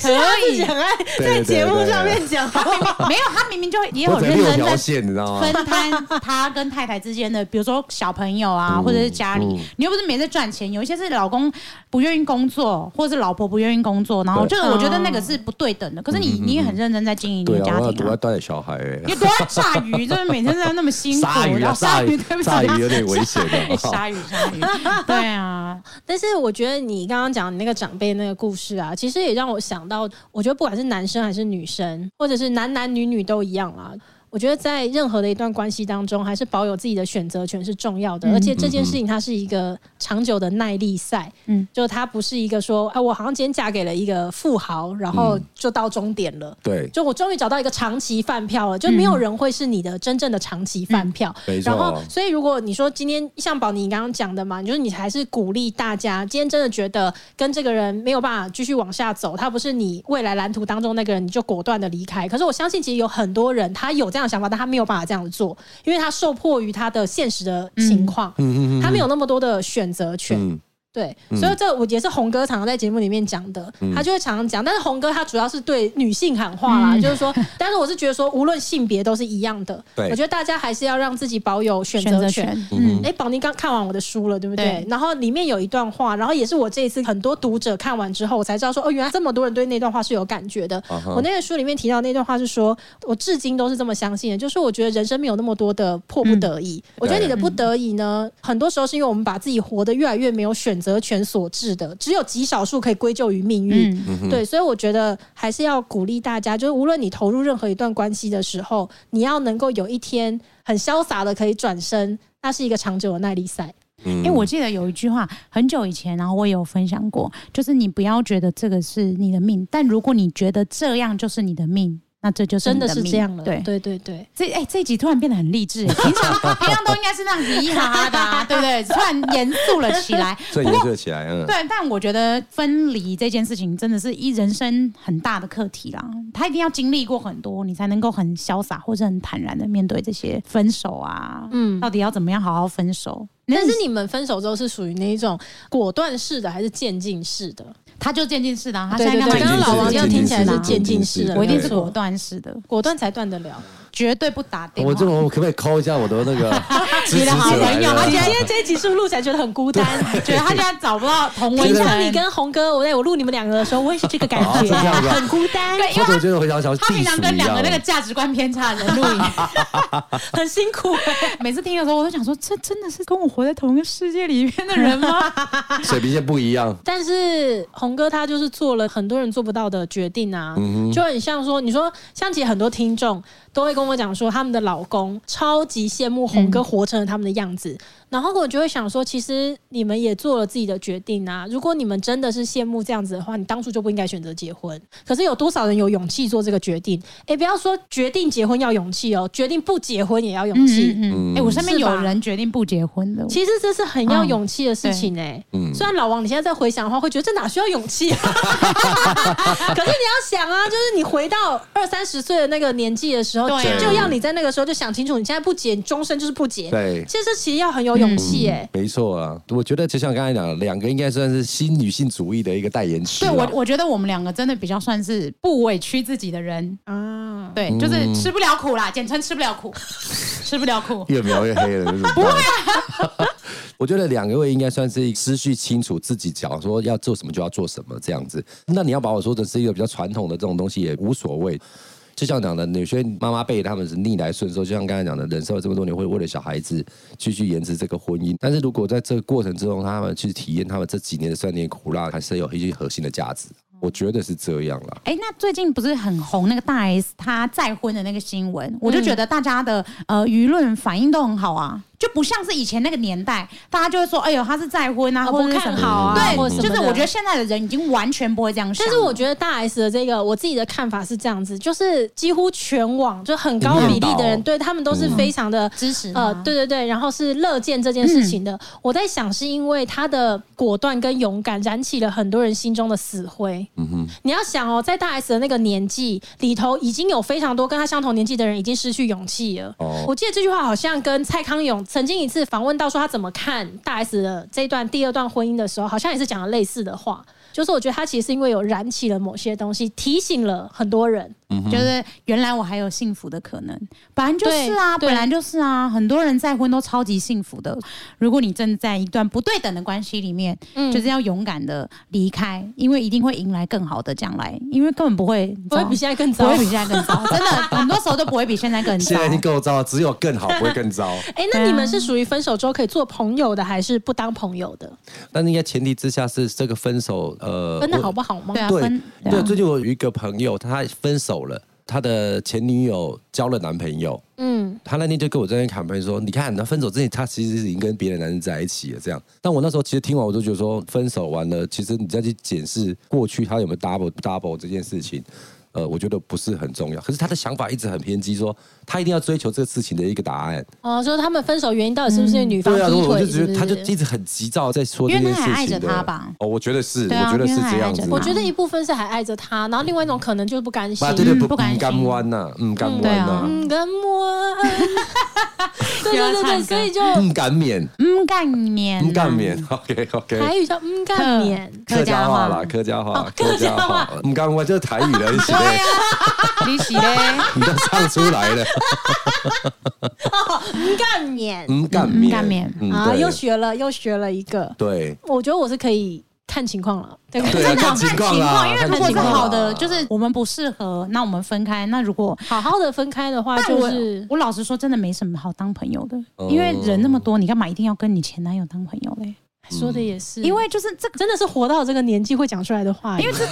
[SPEAKER 3] 可
[SPEAKER 1] 是他自己
[SPEAKER 3] 以，
[SPEAKER 1] 很爱在节目上面讲。
[SPEAKER 3] 没有，他明明就也有
[SPEAKER 2] 我只
[SPEAKER 3] 认
[SPEAKER 2] 六
[SPEAKER 3] 真
[SPEAKER 2] 条
[SPEAKER 3] 在
[SPEAKER 2] 线，你知道吗？
[SPEAKER 3] 分摊他跟太太之间的，比如说小朋友
[SPEAKER 2] 嗯
[SPEAKER 3] 啊，或者是家里，你又不是没在赚钱，有一些是老公不愿意工作，或者是老婆不愿意工作，然
[SPEAKER 2] 对
[SPEAKER 3] 后
[SPEAKER 2] 嗯
[SPEAKER 3] 这个我觉得那个是不对等的。可是你你也很认真在经营你
[SPEAKER 2] 对
[SPEAKER 3] 的
[SPEAKER 2] 啊，
[SPEAKER 3] 家
[SPEAKER 2] 我要
[SPEAKER 3] 庭
[SPEAKER 2] 我要
[SPEAKER 3] 啊，
[SPEAKER 2] 带点小孩、欸
[SPEAKER 3] 你。 多爱炸鱼，就是每天在那么辛苦，
[SPEAKER 2] 鲨鱼
[SPEAKER 3] 然
[SPEAKER 2] 啊，
[SPEAKER 3] 后鲨
[SPEAKER 2] 鲨
[SPEAKER 3] 鱼，
[SPEAKER 2] 鱼
[SPEAKER 3] 对不，起，
[SPEAKER 2] 鲨鱼啊有点危险
[SPEAKER 3] 哎
[SPEAKER 2] 的。
[SPEAKER 3] 鲨鱼，鲨 鱼，对啊，
[SPEAKER 1] 但是我觉得你刚刚讲你那个长辈那个故事啊，其实也让我想到，我觉得不管是男生还是女生，或者是男男女女都一样啦。我觉得在任何的一段关系当中，还是保有自己的选择权是重要的，
[SPEAKER 3] 嗯
[SPEAKER 1] 而且这件事情它是一个长久的耐力赛，
[SPEAKER 3] 嗯
[SPEAKER 1] 就它不是一个说，啊，我好像今天嫁给了一个富豪，然后
[SPEAKER 3] 嗯
[SPEAKER 1] 就到终点了。
[SPEAKER 2] 对，
[SPEAKER 1] 就我终于找到一个长期饭票了，就没有
[SPEAKER 3] 嗯
[SPEAKER 1] 人会是你的真正的长期饭票。
[SPEAKER 2] 没错
[SPEAKER 1] 然后，所以如果你说今天像宝你刚刚讲的嘛，你说你还是鼓励大家，今天真的觉得跟这个人没有办法继续往下走，他不是你未来蓝图当中那个人，你就果断的离开。可是我相信，其实有很多人他有这样的想法，但他没有办法这样做，因为他受迫于他的现实的情况，
[SPEAKER 2] 嗯
[SPEAKER 1] 他没有那么多的选择权。
[SPEAKER 2] 嗯，
[SPEAKER 1] 对，
[SPEAKER 2] 嗯
[SPEAKER 1] 所以这我也是红哥常常在节目里面讲的，他就会常常讲。但是红哥他主要是对女性喊话
[SPEAKER 2] 嗯
[SPEAKER 1] 啦，就是说， 但是我是觉得说，无论性别都是一样的。
[SPEAKER 2] 对
[SPEAKER 1] 我觉得大家还是要让自己保有选
[SPEAKER 3] 选
[SPEAKER 1] 择
[SPEAKER 3] 择
[SPEAKER 1] 权。
[SPEAKER 3] 权，
[SPEAKER 2] 嗯
[SPEAKER 3] 嗯，
[SPEAKER 1] 哎，宝妮刚看完我的书了，对不对？
[SPEAKER 3] 对
[SPEAKER 1] 然后里面有一段话，然后也是我这一次很多读者看完之后，我才知道说，哦，原来这么多人对那段话是有感觉的。
[SPEAKER 2] 啊哈
[SPEAKER 1] 我那个书里面提到那段话是说，我至今都是这么相信的，就是我觉得人生没有那么多的迫不得已。
[SPEAKER 3] 嗯
[SPEAKER 1] 我觉得你的不得已呢，很多时候是因为我们把自己活得越来越没有选择权所致的，只有极少数可以归咎于命运。
[SPEAKER 3] 嗯
[SPEAKER 1] 对，所以我觉得还是要鼓励大家，就是无论你投入任何一段关系的时候，你要能够有一天很潇洒的可以转身，那是一个长久的耐力赛。
[SPEAKER 2] 嗯
[SPEAKER 3] 哎、我记得有一句话很久以前，然后我也有分享过，就是你不要觉得这个是你的命，但如果你觉得这样就是你的命，那这就是
[SPEAKER 1] 真
[SPEAKER 3] 你
[SPEAKER 1] 的
[SPEAKER 3] 的
[SPEAKER 1] 是
[SPEAKER 3] 命
[SPEAKER 1] 这样了，
[SPEAKER 3] 对，
[SPEAKER 1] 嗯对对对，
[SPEAKER 3] 这哎、这一集突然变得很励志，哎平常平常都应该是那样子嘻嘻哈哈的、啊，对不对？突然严肃了起来。
[SPEAKER 2] 这也热起来，嗯，
[SPEAKER 3] 对，但我觉得分离这件事情真的是一人生很大的课题啦，他一定要经历过很多，你才能够很潇洒或者很坦然的面对这些分手啊，
[SPEAKER 1] 嗯。
[SPEAKER 3] 到底要怎么样好好分手？
[SPEAKER 1] 但是你们分手之后是属于那一种果断式的还是渐进式的？
[SPEAKER 3] 他就渐进式的啊，他
[SPEAKER 1] 对
[SPEAKER 3] 现在
[SPEAKER 1] 对
[SPEAKER 3] 干
[SPEAKER 1] 对，
[SPEAKER 3] 嘛
[SPEAKER 1] 刚刚
[SPEAKER 2] 渐进
[SPEAKER 1] 老王这样听起
[SPEAKER 2] 式渐进
[SPEAKER 1] 来
[SPEAKER 2] 式
[SPEAKER 1] 是
[SPEAKER 2] 的
[SPEAKER 1] 渐进
[SPEAKER 2] 渐进
[SPEAKER 1] 式
[SPEAKER 2] 式
[SPEAKER 1] 的，
[SPEAKER 2] 的
[SPEAKER 3] 我一定
[SPEAKER 1] 没
[SPEAKER 3] 是
[SPEAKER 1] 错
[SPEAKER 3] 果断式的，
[SPEAKER 1] 果断才断得了。
[SPEAKER 3] 绝对不打电话。
[SPEAKER 2] 我这我可不可以抠一下我的那 个支持者
[SPEAKER 3] 好
[SPEAKER 2] 来
[SPEAKER 3] 朋友
[SPEAKER 2] 了
[SPEAKER 3] 他
[SPEAKER 1] 今
[SPEAKER 3] 觉得
[SPEAKER 1] 天这一集是不是录起来觉得很孤单？
[SPEAKER 3] 觉得他现在找不到同温
[SPEAKER 1] 平
[SPEAKER 3] 层
[SPEAKER 1] 常你跟红哥，我在我录你们两个的时候，我也是这个感
[SPEAKER 2] 哦是
[SPEAKER 1] 觉，
[SPEAKER 2] 这样子啊
[SPEAKER 1] 很孤单，
[SPEAKER 3] 对，
[SPEAKER 2] 我
[SPEAKER 3] 因为
[SPEAKER 2] 怎么觉得我像小
[SPEAKER 3] 他他
[SPEAKER 2] 地
[SPEAKER 3] 平
[SPEAKER 2] 鼠
[SPEAKER 3] 常跟
[SPEAKER 2] 一
[SPEAKER 3] 两
[SPEAKER 2] 样
[SPEAKER 3] 个那个价值观偏差 的人录影，
[SPEAKER 1] 很辛苦欸、
[SPEAKER 3] 每次听的时候我都想说，这真的是跟我活在同一个世界里面的人吗？
[SPEAKER 2] 水平线不一样，
[SPEAKER 1] 但是红哥他就是做了很多人做不到的决定啊，就很像说，你说像其实很多听众都会跟我讲说，他们的老公超级羡慕红哥活成了他们的样子。然后我就会想说，其实你们也做了自己的决定啊。如果你们真的是羡慕这样子的话，你当初就不应该选择结婚。可是有多少人有勇气做这个决定？哎，不要说决定结婚要勇气哦，决定不结婚也要勇气。
[SPEAKER 3] 嗯嗯嗯，哎、我身边
[SPEAKER 1] 是吧
[SPEAKER 3] 有人决定不结婚的，
[SPEAKER 1] 其实这是很要勇气的事情哎、
[SPEAKER 2] 嗯
[SPEAKER 1] 虽然老王你现在在回想的话，会觉得这哪需要勇气 啊？可是你要想啊，就是你回到二三十岁的那个年纪的时候，
[SPEAKER 3] 对啊
[SPEAKER 1] 就要你在那个时候就想清楚，你现在不结，你终身就是不结。
[SPEAKER 2] 对，
[SPEAKER 1] 其实这其实要很有勇气哎、
[SPEAKER 2] 没错啊。我觉得就像刚才讲的，两个应该算是新女性主义的一个代言词
[SPEAKER 3] 对
[SPEAKER 2] 啊。
[SPEAKER 3] 我我觉得我们两个真的比较算是不委屈自己的人，
[SPEAKER 1] 啊。
[SPEAKER 3] 对，就是吃不了苦啦，简称吃不了苦，吃不了苦。
[SPEAKER 2] 越描越黑了，不会、啊。 我觉得两个位应该算是思绪清楚，自己讲说要做什么就要做什么这样子。那你要把我说的是一个比较传统的这种东西也无所谓。就像讲的，有些妈妈辈他们是逆来顺受，就像刚才讲的，人生了这么多年，会为了小孩子继续延迟这个婚姻。但是如果在这个过程之中，他们去体验他们这几年的酸甜苦辣，还是有一些核心的价值。我觉得是这样啦。
[SPEAKER 3] 哎、那最近不是很红那个大 S 她再婚的那个新闻，
[SPEAKER 1] 嗯
[SPEAKER 3] 我就觉得大家的、呃舆论反应都很好啊，就不像是以前那个年代，大家就会说，哎呦，她是再婚啊，
[SPEAKER 1] 啊
[SPEAKER 3] 或者
[SPEAKER 1] 不
[SPEAKER 3] 是
[SPEAKER 1] 看
[SPEAKER 3] 什么
[SPEAKER 1] 好啊或
[SPEAKER 3] 对
[SPEAKER 1] 者什，么
[SPEAKER 3] 就
[SPEAKER 1] 的
[SPEAKER 3] 是我觉得现在的人已经完全不会这样想。
[SPEAKER 1] 但是我觉得大 S 的这个，我自己的看法是这样子，就是几乎全网就很高比例的
[SPEAKER 2] 一面
[SPEAKER 1] 人
[SPEAKER 2] 倒
[SPEAKER 1] 对他们都
[SPEAKER 2] 嗯
[SPEAKER 1] 是非常的
[SPEAKER 3] 支持
[SPEAKER 1] 呃
[SPEAKER 3] 她，
[SPEAKER 1] 对对对，然后是乐见这件事情的。我在想，是因为他的果断跟勇敢，燃起了很多人心中的死灰。
[SPEAKER 2] 嗯哼，
[SPEAKER 1] 你要想哦，在大 S 的那个年纪里头，已经有非常多跟他相同年纪的人已经失去勇气了。
[SPEAKER 2] 哦
[SPEAKER 1] 我记得这句话好像跟蔡康永曾经一次访问到说他怎么看大 S 的这一段第二段婚姻的时候，好像也是讲了类似的话。就是我觉得他其实是因为有燃起了某些东西，提醒了很多人。
[SPEAKER 3] 嗯就是原来我还有幸福的可能，本来就是啊，
[SPEAKER 1] 对对
[SPEAKER 3] 本来就是啊，很多人再婚都超级幸福的。如果你正在一段不对等的关系里面，
[SPEAKER 1] 嗯
[SPEAKER 3] 就是要勇敢的离开，因为一定会迎来更好的将来，因为根本不会
[SPEAKER 1] 不会比
[SPEAKER 3] 现
[SPEAKER 1] 现在更
[SPEAKER 3] 不
[SPEAKER 1] 糟
[SPEAKER 3] 会。比现在更糟， 真的很多时候都不会比现在更
[SPEAKER 2] 现
[SPEAKER 3] 糟
[SPEAKER 2] 在已。经够糟了，只有更好，不会更糟。
[SPEAKER 1] 哎、那你们是属于分手之后可以做朋友的，还是不当朋友的？
[SPEAKER 2] 但是应该前提之下是这个分手，呃，
[SPEAKER 1] 分的
[SPEAKER 2] 我
[SPEAKER 1] 好不好吗
[SPEAKER 3] 对？啊，
[SPEAKER 2] 对
[SPEAKER 3] 分
[SPEAKER 2] 对，
[SPEAKER 3] 啊
[SPEAKER 2] 最近我有一个朋友，他分手了，他的前女友交了男朋友。
[SPEAKER 1] 嗯，
[SPEAKER 2] 他那天就跟我在那边侃朋说：“你看，他分手之前，他其实是已经跟别的男人在一起了。”这样，但我那时候其实听完，我就觉得说，分手完了，其实你再去检视过去他有没有 double double 这件事情，呃，我觉得不是很重要。可是他的想法一直很偏激说，他一定要追求这个事情的一个答案。
[SPEAKER 1] 哦，说他们分手原因到底是不是因为女方
[SPEAKER 2] 对
[SPEAKER 1] 劈
[SPEAKER 2] 啊，我
[SPEAKER 1] 腿？
[SPEAKER 2] 就是觉
[SPEAKER 1] 不
[SPEAKER 2] 得
[SPEAKER 1] 是
[SPEAKER 2] 他就一直很急躁在说这
[SPEAKER 3] 因
[SPEAKER 2] 件
[SPEAKER 3] 为
[SPEAKER 2] 事
[SPEAKER 3] 他
[SPEAKER 2] 情
[SPEAKER 3] 还
[SPEAKER 2] 的。
[SPEAKER 3] 爱着他吧
[SPEAKER 2] 哦，我觉得是，
[SPEAKER 3] 对啊
[SPEAKER 2] 我觉得是
[SPEAKER 3] 因为他还
[SPEAKER 2] 这样
[SPEAKER 3] 爱着
[SPEAKER 2] 子。
[SPEAKER 3] 他
[SPEAKER 1] 我觉得一部分是还爱着他，然后另外一种可能就是不甘心
[SPEAKER 2] 啊，。对对，
[SPEAKER 3] 嗯
[SPEAKER 2] 不
[SPEAKER 3] 不甘心
[SPEAKER 2] 不甘弯呐，嗯，甘
[SPEAKER 1] 嗯
[SPEAKER 2] 弯
[SPEAKER 3] 对啊
[SPEAKER 2] 呐，
[SPEAKER 1] 嗯，跟 我爱，对对对对，所以就
[SPEAKER 2] 嗯，甘冕，
[SPEAKER 3] 嗯干面，
[SPEAKER 2] 嗯，甘冕，OK OK，
[SPEAKER 1] 台语叫嗯干面。
[SPEAKER 3] 客家话
[SPEAKER 2] 啦，客家话
[SPEAKER 1] 哦，客家话啊
[SPEAKER 2] 话，嗯，甘弯就是台语的，你写的，
[SPEAKER 3] 你洗嘞，
[SPEAKER 2] 你都唱出来了，
[SPEAKER 1] 嗯干面
[SPEAKER 2] 嗯，甘
[SPEAKER 3] 嗯
[SPEAKER 2] 冕，
[SPEAKER 3] 甘冕
[SPEAKER 2] 嗯，
[SPEAKER 1] 啊，
[SPEAKER 2] 对
[SPEAKER 1] 又学了又学了一个，
[SPEAKER 2] 对，
[SPEAKER 1] 我觉得我是可以看情况了，对不
[SPEAKER 2] 对啊
[SPEAKER 1] 真的
[SPEAKER 2] 看情况啦
[SPEAKER 3] 因为
[SPEAKER 2] 看
[SPEAKER 3] 如果
[SPEAKER 2] 情
[SPEAKER 3] 是
[SPEAKER 2] 况
[SPEAKER 3] 好
[SPEAKER 2] 啦
[SPEAKER 3] 的，就是我们不适合，那我们分开。那如果
[SPEAKER 1] 好好的分开的话，
[SPEAKER 3] 但
[SPEAKER 1] 就
[SPEAKER 3] 我
[SPEAKER 1] 是
[SPEAKER 3] 我老实说，真的没什么好当朋友的，
[SPEAKER 2] 哦
[SPEAKER 3] 因为人那么多，你干嘛一定要跟你前男友当朋友嘞？
[SPEAKER 1] 说的也是，
[SPEAKER 3] 因为就是这个，
[SPEAKER 1] 真的是活到这个年纪会讲出来的话语，因为
[SPEAKER 3] 啊，就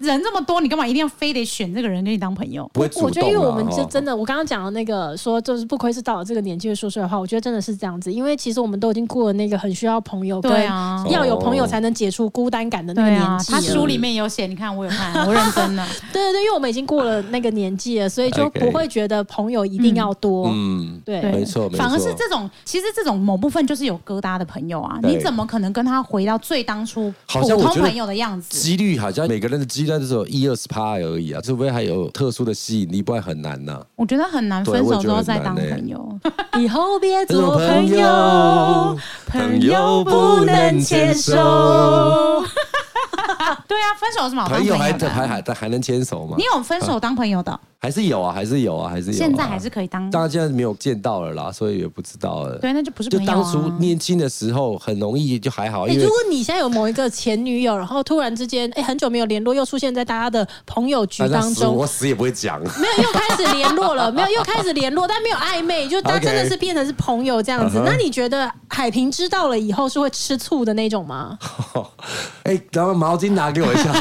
[SPEAKER 3] 是人这么多，你干嘛一定要非得选这个人跟你当朋友？
[SPEAKER 2] 不会主动
[SPEAKER 1] 我
[SPEAKER 2] 啦
[SPEAKER 1] 觉得，因为我们就
[SPEAKER 2] 哦
[SPEAKER 1] 真的，我刚刚讲的那个说，就是不愧是到了这个年纪会说出来的话，我觉得真的是这样子。因为其实我们都已经过了那个很需要朋友，
[SPEAKER 3] 对，啊。
[SPEAKER 2] 哦
[SPEAKER 1] 要有朋友才能解除孤单感的那个
[SPEAKER 3] 对啊
[SPEAKER 1] 年，纪
[SPEAKER 3] 他
[SPEAKER 1] 了。
[SPEAKER 3] 书里面有写，你看我有看，我认 真了。
[SPEAKER 1] 对对对，因为我们已经过了那个年纪了，所以就
[SPEAKER 2] OK
[SPEAKER 1] 不会觉得朋友一定要多。
[SPEAKER 2] 嗯，
[SPEAKER 1] 对
[SPEAKER 3] 对
[SPEAKER 2] 没错，没错，
[SPEAKER 3] 反而是这种，其实这种某部分就是有疙瘩的朋友啊，
[SPEAKER 2] 对
[SPEAKER 3] 你怎么可能跟他回到最当初
[SPEAKER 2] 好
[SPEAKER 3] 普
[SPEAKER 2] 像我
[SPEAKER 3] 通
[SPEAKER 2] 觉得
[SPEAKER 3] 朋友的样子？
[SPEAKER 2] 几率好像每个人的几率都只有一二十趴而已啊，除非还有特殊的吸引力，不然很难呐。
[SPEAKER 3] 我觉得很难分
[SPEAKER 2] 对我也觉
[SPEAKER 3] 手之
[SPEAKER 2] 得
[SPEAKER 3] 后
[SPEAKER 2] 很
[SPEAKER 3] 再
[SPEAKER 2] 难
[SPEAKER 3] 当
[SPEAKER 2] 欸
[SPEAKER 3] 朋友。
[SPEAKER 1] 以后别做
[SPEAKER 2] 做
[SPEAKER 1] 朋友，，
[SPEAKER 2] 朋友不能牵手。
[SPEAKER 3] 对啊，分手有什么好当
[SPEAKER 2] 朋友还
[SPEAKER 3] 的？
[SPEAKER 2] 还还还能牵手吗
[SPEAKER 3] 你？有分手当朋友的？
[SPEAKER 2] 还是有啊，还是有啊，还是有啊、
[SPEAKER 3] 现在还是可以当
[SPEAKER 2] 当然现在没有见到了啦，所以也不知道了。
[SPEAKER 3] 对，那就不是
[SPEAKER 2] 就
[SPEAKER 3] 朋友、啊、
[SPEAKER 2] 当初年轻的时候，很容易就还好，
[SPEAKER 1] 哎、
[SPEAKER 2] 因为
[SPEAKER 1] 如果你现在有某一个前女友，然后突然之间，哎、很久没有联络，又出现在大家的朋友局
[SPEAKER 2] 反正
[SPEAKER 1] 当
[SPEAKER 2] 死
[SPEAKER 1] 中
[SPEAKER 2] 我，死也不会讲。
[SPEAKER 1] 没有又开始联络了，没有又开始联络，但没有暧昧， 就他
[SPEAKER 2] OK
[SPEAKER 1] 真的是变成是朋友这样子。
[SPEAKER 2] 嗯哼
[SPEAKER 1] 那你觉得海平知道了以后是会吃醋的那种 吗？
[SPEAKER 2] 哎、然后毛巾拿给我一 下，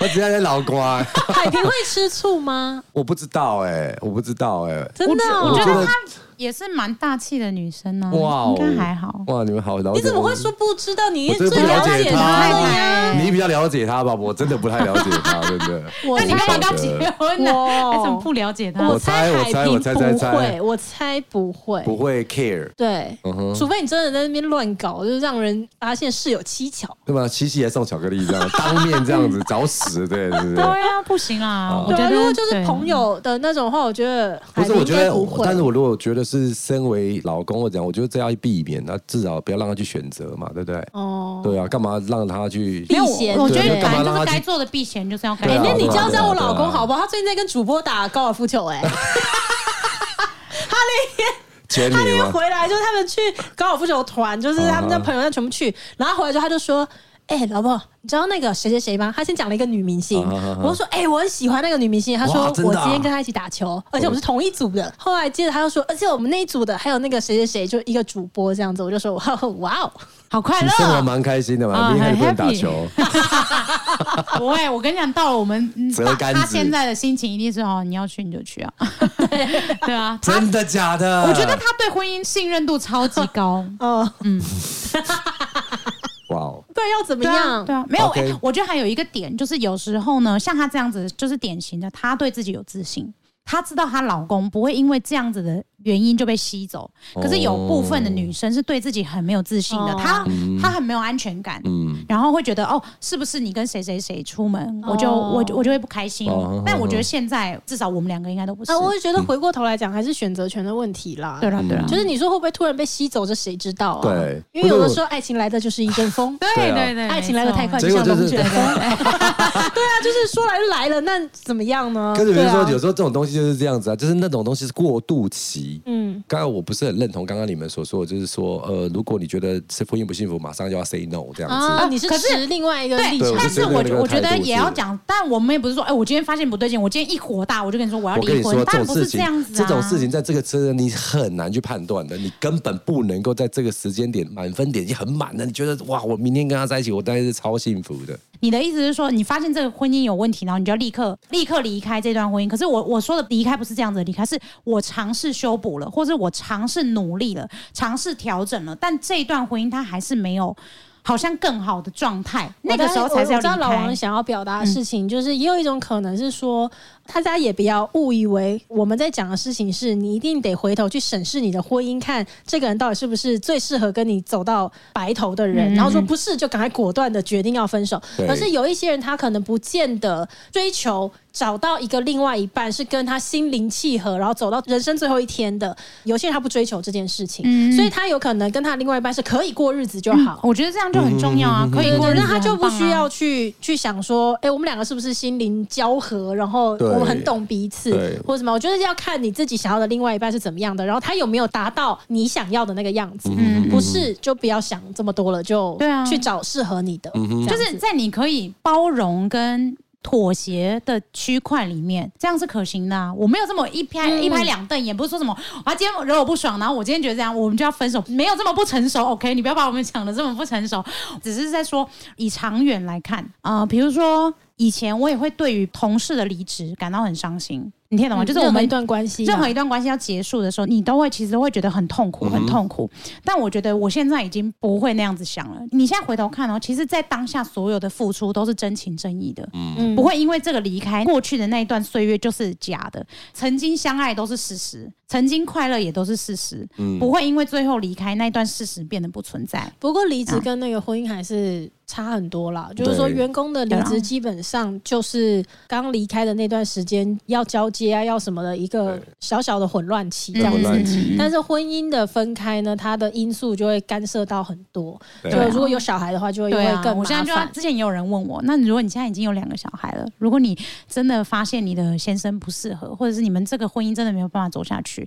[SPEAKER 2] 我只要在老瓜，
[SPEAKER 1] 海平会吃醋吗？
[SPEAKER 2] 我不知道哎、我不知道哎、
[SPEAKER 1] 真的哦、
[SPEAKER 3] 我觉
[SPEAKER 2] 我觉
[SPEAKER 3] 得
[SPEAKER 2] 得
[SPEAKER 3] 他也是蛮大气的女生呢、
[SPEAKER 2] 哇哦，
[SPEAKER 3] 应该还好。
[SPEAKER 2] 哇，你们好了解。
[SPEAKER 1] 你怎么会说？不知道？你
[SPEAKER 2] 我真
[SPEAKER 1] 最
[SPEAKER 2] 的不了解
[SPEAKER 1] 解他了呀。
[SPEAKER 2] 他，你比较了解他吧？我真的不太了解他，真 的。
[SPEAKER 1] 我
[SPEAKER 3] 那你干嘛
[SPEAKER 2] 猜
[SPEAKER 3] 跟他结婚呢、
[SPEAKER 1] 哇
[SPEAKER 3] 还怎么不了解他？
[SPEAKER 2] 哦我
[SPEAKER 1] 猜
[SPEAKER 2] 猜我
[SPEAKER 1] 海
[SPEAKER 2] 猜我
[SPEAKER 1] 平
[SPEAKER 2] 猜猜
[SPEAKER 1] 不
[SPEAKER 2] 猜
[SPEAKER 1] 会，我猜不会。
[SPEAKER 2] 不会 care，
[SPEAKER 1] 对，
[SPEAKER 2] 嗯哼，
[SPEAKER 1] 除非你真的在那边乱搞，就是让人发现事有蹊跷。
[SPEAKER 2] 对吧？七夕还送巧克力这样，当面这样子找死，对对 对
[SPEAKER 3] 对
[SPEAKER 2] 对。
[SPEAKER 3] 啊，不行啊！我
[SPEAKER 1] 对
[SPEAKER 3] 觉
[SPEAKER 1] 啊，
[SPEAKER 3] 得
[SPEAKER 1] 如果就是
[SPEAKER 3] 对
[SPEAKER 1] 朋友的那种话，我觉得
[SPEAKER 2] 不
[SPEAKER 1] 海
[SPEAKER 2] 是，
[SPEAKER 1] 平
[SPEAKER 2] 我
[SPEAKER 1] 应
[SPEAKER 2] 觉
[SPEAKER 1] 该
[SPEAKER 2] 得
[SPEAKER 1] 不
[SPEAKER 2] 我，
[SPEAKER 1] 会。
[SPEAKER 2] 但是我如果觉得是身为老公或者讲，我觉得这要避免，那至少不要让他去选择嘛，对不对？
[SPEAKER 1] 哦，
[SPEAKER 2] 对啊，干嘛让他去？
[SPEAKER 1] 避嫌
[SPEAKER 3] 我觉
[SPEAKER 2] 对
[SPEAKER 3] 得
[SPEAKER 2] 干
[SPEAKER 3] 反
[SPEAKER 2] 嘛
[SPEAKER 3] 正
[SPEAKER 2] 让
[SPEAKER 3] 就
[SPEAKER 2] 他
[SPEAKER 3] 是
[SPEAKER 2] 去
[SPEAKER 3] 该做的避嫌就是要该
[SPEAKER 2] 对
[SPEAKER 1] 哎、
[SPEAKER 2] 啊
[SPEAKER 3] 做。
[SPEAKER 1] 那你
[SPEAKER 2] 对啊
[SPEAKER 1] 教教我
[SPEAKER 2] 对啊
[SPEAKER 1] 老公好不好？他最近在跟主播打高尔夫球、 哎，
[SPEAKER 2] 前
[SPEAKER 1] 他那
[SPEAKER 2] 女
[SPEAKER 1] 天
[SPEAKER 2] 吗？
[SPEAKER 1] 回来就是他们去高尔夫球团，就是
[SPEAKER 2] 啊
[SPEAKER 1] 他们的朋友那全部去，然后回来之后他就说。哎、老婆，你知道那个谁谁谁吗？他先讲了一个女明星，
[SPEAKER 2] 啊啊啊
[SPEAKER 1] 我就说，哎、我很喜欢那个女明星。他说
[SPEAKER 2] 哇
[SPEAKER 1] 我
[SPEAKER 2] 真的啊哦
[SPEAKER 1] 今天跟她一起打球，而且我们是同一组的。后来接着他又说，而且我们那一组的还有那个谁谁谁，就一个主播这样子。我就说，哇 哦哇哦，
[SPEAKER 3] 哎好快
[SPEAKER 2] 你
[SPEAKER 3] 乐
[SPEAKER 2] 生活蛮开心的嘛，
[SPEAKER 3] 啊
[SPEAKER 2] 明天还不能打
[SPEAKER 3] 很 happy
[SPEAKER 2] 球，
[SPEAKER 3] 不会，我跟你讲，到了我们嗯
[SPEAKER 2] 折
[SPEAKER 3] 他
[SPEAKER 2] 杆
[SPEAKER 3] 他
[SPEAKER 2] 子
[SPEAKER 3] 现在的心情一定是哦，你要去你就去啊， 对啊，他
[SPEAKER 2] 真的假的？
[SPEAKER 3] 我觉得他对婚姻信任度超级高，
[SPEAKER 1] 哦、
[SPEAKER 3] 嗯
[SPEAKER 2] 哇哦，
[SPEAKER 1] 不然要怎么
[SPEAKER 3] 对啊，
[SPEAKER 1] 样？
[SPEAKER 3] 对啊，没有，
[SPEAKER 2] OK
[SPEAKER 3] 哎我觉得还有一个点就是有时候呢，像她这样子就是典型的，她对自己有自信。她知道她老公不会因为这样子的原因就被吸走，可是有部分的
[SPEAKER 2] 哦
[SPEAKER 3] 女生是对自己很没有自信的，
[SPEAKER 1] 哦
[SPEAKER 3] 她她很没有安全感，
[SPEAKER 2] 嗯，
[SPEAKER 3] 然后会觉得哦，是不是你跟谁谁谁出门，我就
[SPEAKER 1] 哦
[SPEAKER 3] 我就我就会不开心
[SPEAKER 2] 哦哦哦。嗯
[SPEAKER 3] 但我觉得现在至少我们两个应该都不是
[SPEAKER 1] 啊，。我就觉得回过头来讲，还是选择权的问题啊啦。
[SPEAKER 3] 对了对了，
[SPEAKER 1] 就是你说会不会突然被吸走，这谁知道啊？
[SPEAKER 2] 对
[SPEAKER 1] 因为有
[SPEAKER 2] 不
[SPEAKER 1] 的
[SPEAKER 2] 是
[SPEAKER 1] 时候爱情来的就是一阵风，对
[SPEAKER 2] 对啊
[SPEAKER 1] 爱情来的太快，就
[SPEAKER 2] 结果
[SPEAKER 1] 像
[SPEAKER 2] 就是
[SPEAKER 1] 龙卷风。 对啊，就是说来就来了，那怎么样呢？
[SPEAKER 2] 可是比
[SPEAKER 1] 对
[SPEAKER 2] 如说
[SPEAKER 1] 啊，
[SPEAKER 2] 有时候这种东西就是这样子啊，就是那种东西是过渡期。
[SPEAKER 1] 嗯，
[SPEAKER 2] 刚刚我不是很认同刚刚你们所说的，就是说，呃，如果你觉得是婚姻不幸福，马上就要 say no 这样子。
[SPEAKER 1] 啊，你是
[SPEAKER 3] 可是
[SPEAKER 1] 持另外一个立
[SPEAKER 3] 对
[SPEAKER 2] 对
[SPEAKER 1] 场
[SPEAKER 2] 我就觉
[SPEAKER 3] 但是
[SPEAKER 2] 得
[SPEAKER 3] 我
[SPEAKER 2] 那
[SPEAKER 3] 觉
[SPEAKER 2] 个
[SPEAKER 3] 我
[SPEAKER 2] 态
[SPEAKER 3] 觉得
[SPEAKER 2] 度
[SPEAKER 3] 也
[SPEAKER 2] 是
[SPEAKER 3] 要讲，但我们也不是说，哎，我今天发现不对劲，我今天一火大，我就跟你说我要
[SPEAKER 2] 我跟
[SPEAKER 3] 离
[SPEAKER 2] 你
[SPEAKER 3] 婚
[SPEAKER 2] 说，，
[SPEAKER 3] 当
[SPEAKER 2] 这
[SPEAKER 3] 然
[SPEAKER 2] 种
[SPEAKER 3] 不是
[SPEAKER 2] 事
[SPEAKER 3] 这
[SPEAKER 2] 情
[SPEAKER 3] 样，子
[SPEAKER 2] 这
[SPEAKER 3] 啊。
[SPEAKER 2] 种事情在这个车你很难去判断的，你根本不能够在这个时间点满分点已经很满了，你觉得哇，我明天跟他在一起，我当然是超幸福的。
[SPEAKER 3] 你的意思是说，你发现这个婚姻有问题，然后你就要立刻立刻离开这段婚姻。可是我我说的离开不是这样子的离开，是我尝试修补了，或者我尝试努力了，尝试调整了，但这一段婚姻它还是没有好像更好的状态，那个时候才是要
[SPEAKER 1] 我知
[SPEAKER 3] 离
[SPEAKER 1] 道老王
[SPEAKER 3] 开。嗯
[SPEAKER 1] 想要表达的事情，就是也有一种可能是说，大家也不要误以为我们在讲的事情是你一定得回头去审视你的婚姻，看这个人到底是不是最适合跟你走到白头的人，
[SPEAKER 3] 嗯
[SPEAKER 1] 然后说不是就赶快果断的决定要分手
[SPEAKER 2] 对。
[SPEAKER 1] 而是有一些人他可能不见得追求。找到一个另外一半是跟他心灵契合，然后走到人生最后一天的。有些人他不追求这件事情，
[SPEAKER 3] 嗯
[SPEAKER 1] 所以他有可能跟他另外一半是可以过日子就好。嗯
[SPEAKER 3] 我觉得这样就很重要啊，可以
[SPEAKER 1] 对
[SPEAKER 3] 过
[SPEAKER 1] 对，
[SPEAKER 3] 日子
[SPEAKER 1] 那他就
[SPEAKER 3] 很
[SPEAKER 1] 不
[SPEAKER 3] 棒啊
[SPEAKER 1] 需要去去想说，哎、我们两个是不是心灵交合，然后
[SPEAKER 2] 对
[SPEAKER 1] 我们很懂彼此
[SPEAKER 2] 对，
[SPEAKER 1] 或者什么？我觉得要看你自己想要的另外一半是怎么样的，然后他有没有达到你想要的那个样子。
[SPEAKER 3] 嗯
[SPEAKER 1] 不是就不要想这么多了，就
[SPEAKER 3] 对啊嗯
[SPEAKER 1] 去找适合你的。就
[SPEAKER 3] 就是在你可以包容跟。妥协的区块里面，这样是可行的、啊。我没有这么一拍、
[SPEAKER 1] 嗯
[SPEAKER 3] 一拍两瞪眼，不是说什么啊，今天惹我不爽，然后我今天觉得这样，我们就要分手，没有这么不成熟。OK，你不要把我们讲的这么不成熟，只是在说以长远来看啊、呃比如说以前我也会对于同事的离职感到很伤心，你听得懂吗？就是我
[SPEAKER 1] 任何
[SPEAKER 3] 们
[SPEAKER 1] 一段关系啊，
[SPEAKER 3] 任何一段关系要结束的时候，你都会其实都会觉得很痛苦，很痛苦。但我觉得我现在已经不会那样子想了。你现在回头看哦，其实，在当下所有的付出都是真情真意的，
[SPEAKER 1] 嗯
[SPEAKER 3] 不会因为这个离开过去的那一段岁月就是假的。曾经相爱都是事实，曾经快乐也都是事实，
[SPEAKER 1] 嗯
[SPEAKER 2] 嗯
[SPEAKER 3] 不会因为最后离开那一段事实变得不存在。
[SPEAKER 1] 不过离
[SPEAKER 3] 啊
[SPEAKER 1] 职跟那个婚姻还是差很多啦，就是说
[SPEAKER 2] 对
[SPEAKER 1] 员工的离
[SPEAKER 3] 对
[SPEAKER 1] 职
[SPEAKER 3] 啊
[SPEAKER 1] 基本上就是刚离开的那段时间要交接啊，要什么的一个小小的混乱期这样
[SPEAKER 2] 混
[SPEAKER 1] 子。
[SPEAKER 2] 乱期
[SPEAKER 3] 嗯嗯嗯
[SPEAKER 1] 但是婚姻的分开呢，它的因素就会干涉到很多。
[SPEAKER 2] 对
[SPEAKER 1] 就
[SPEAKER 3] 啊
[SPEAKER 1] 如果有小孩的话，就会
[SPEAKER 3] 对
[SPEAKER 1] 会
[SPEAKER 3] 啊，
[SPEAKER 1] 更
[SPEAKER 3] 我
[SPEAKER 1] 麻
[SPEAKER 3] 现在就要
[SPEAKER 1] 烦。
[SPEAKER 3] 之前也有人问我，那如果你现在已经有两个小孩了，如果你真的发现你的先生不适合，或者是你们这个婚姻真的没有办法走下去，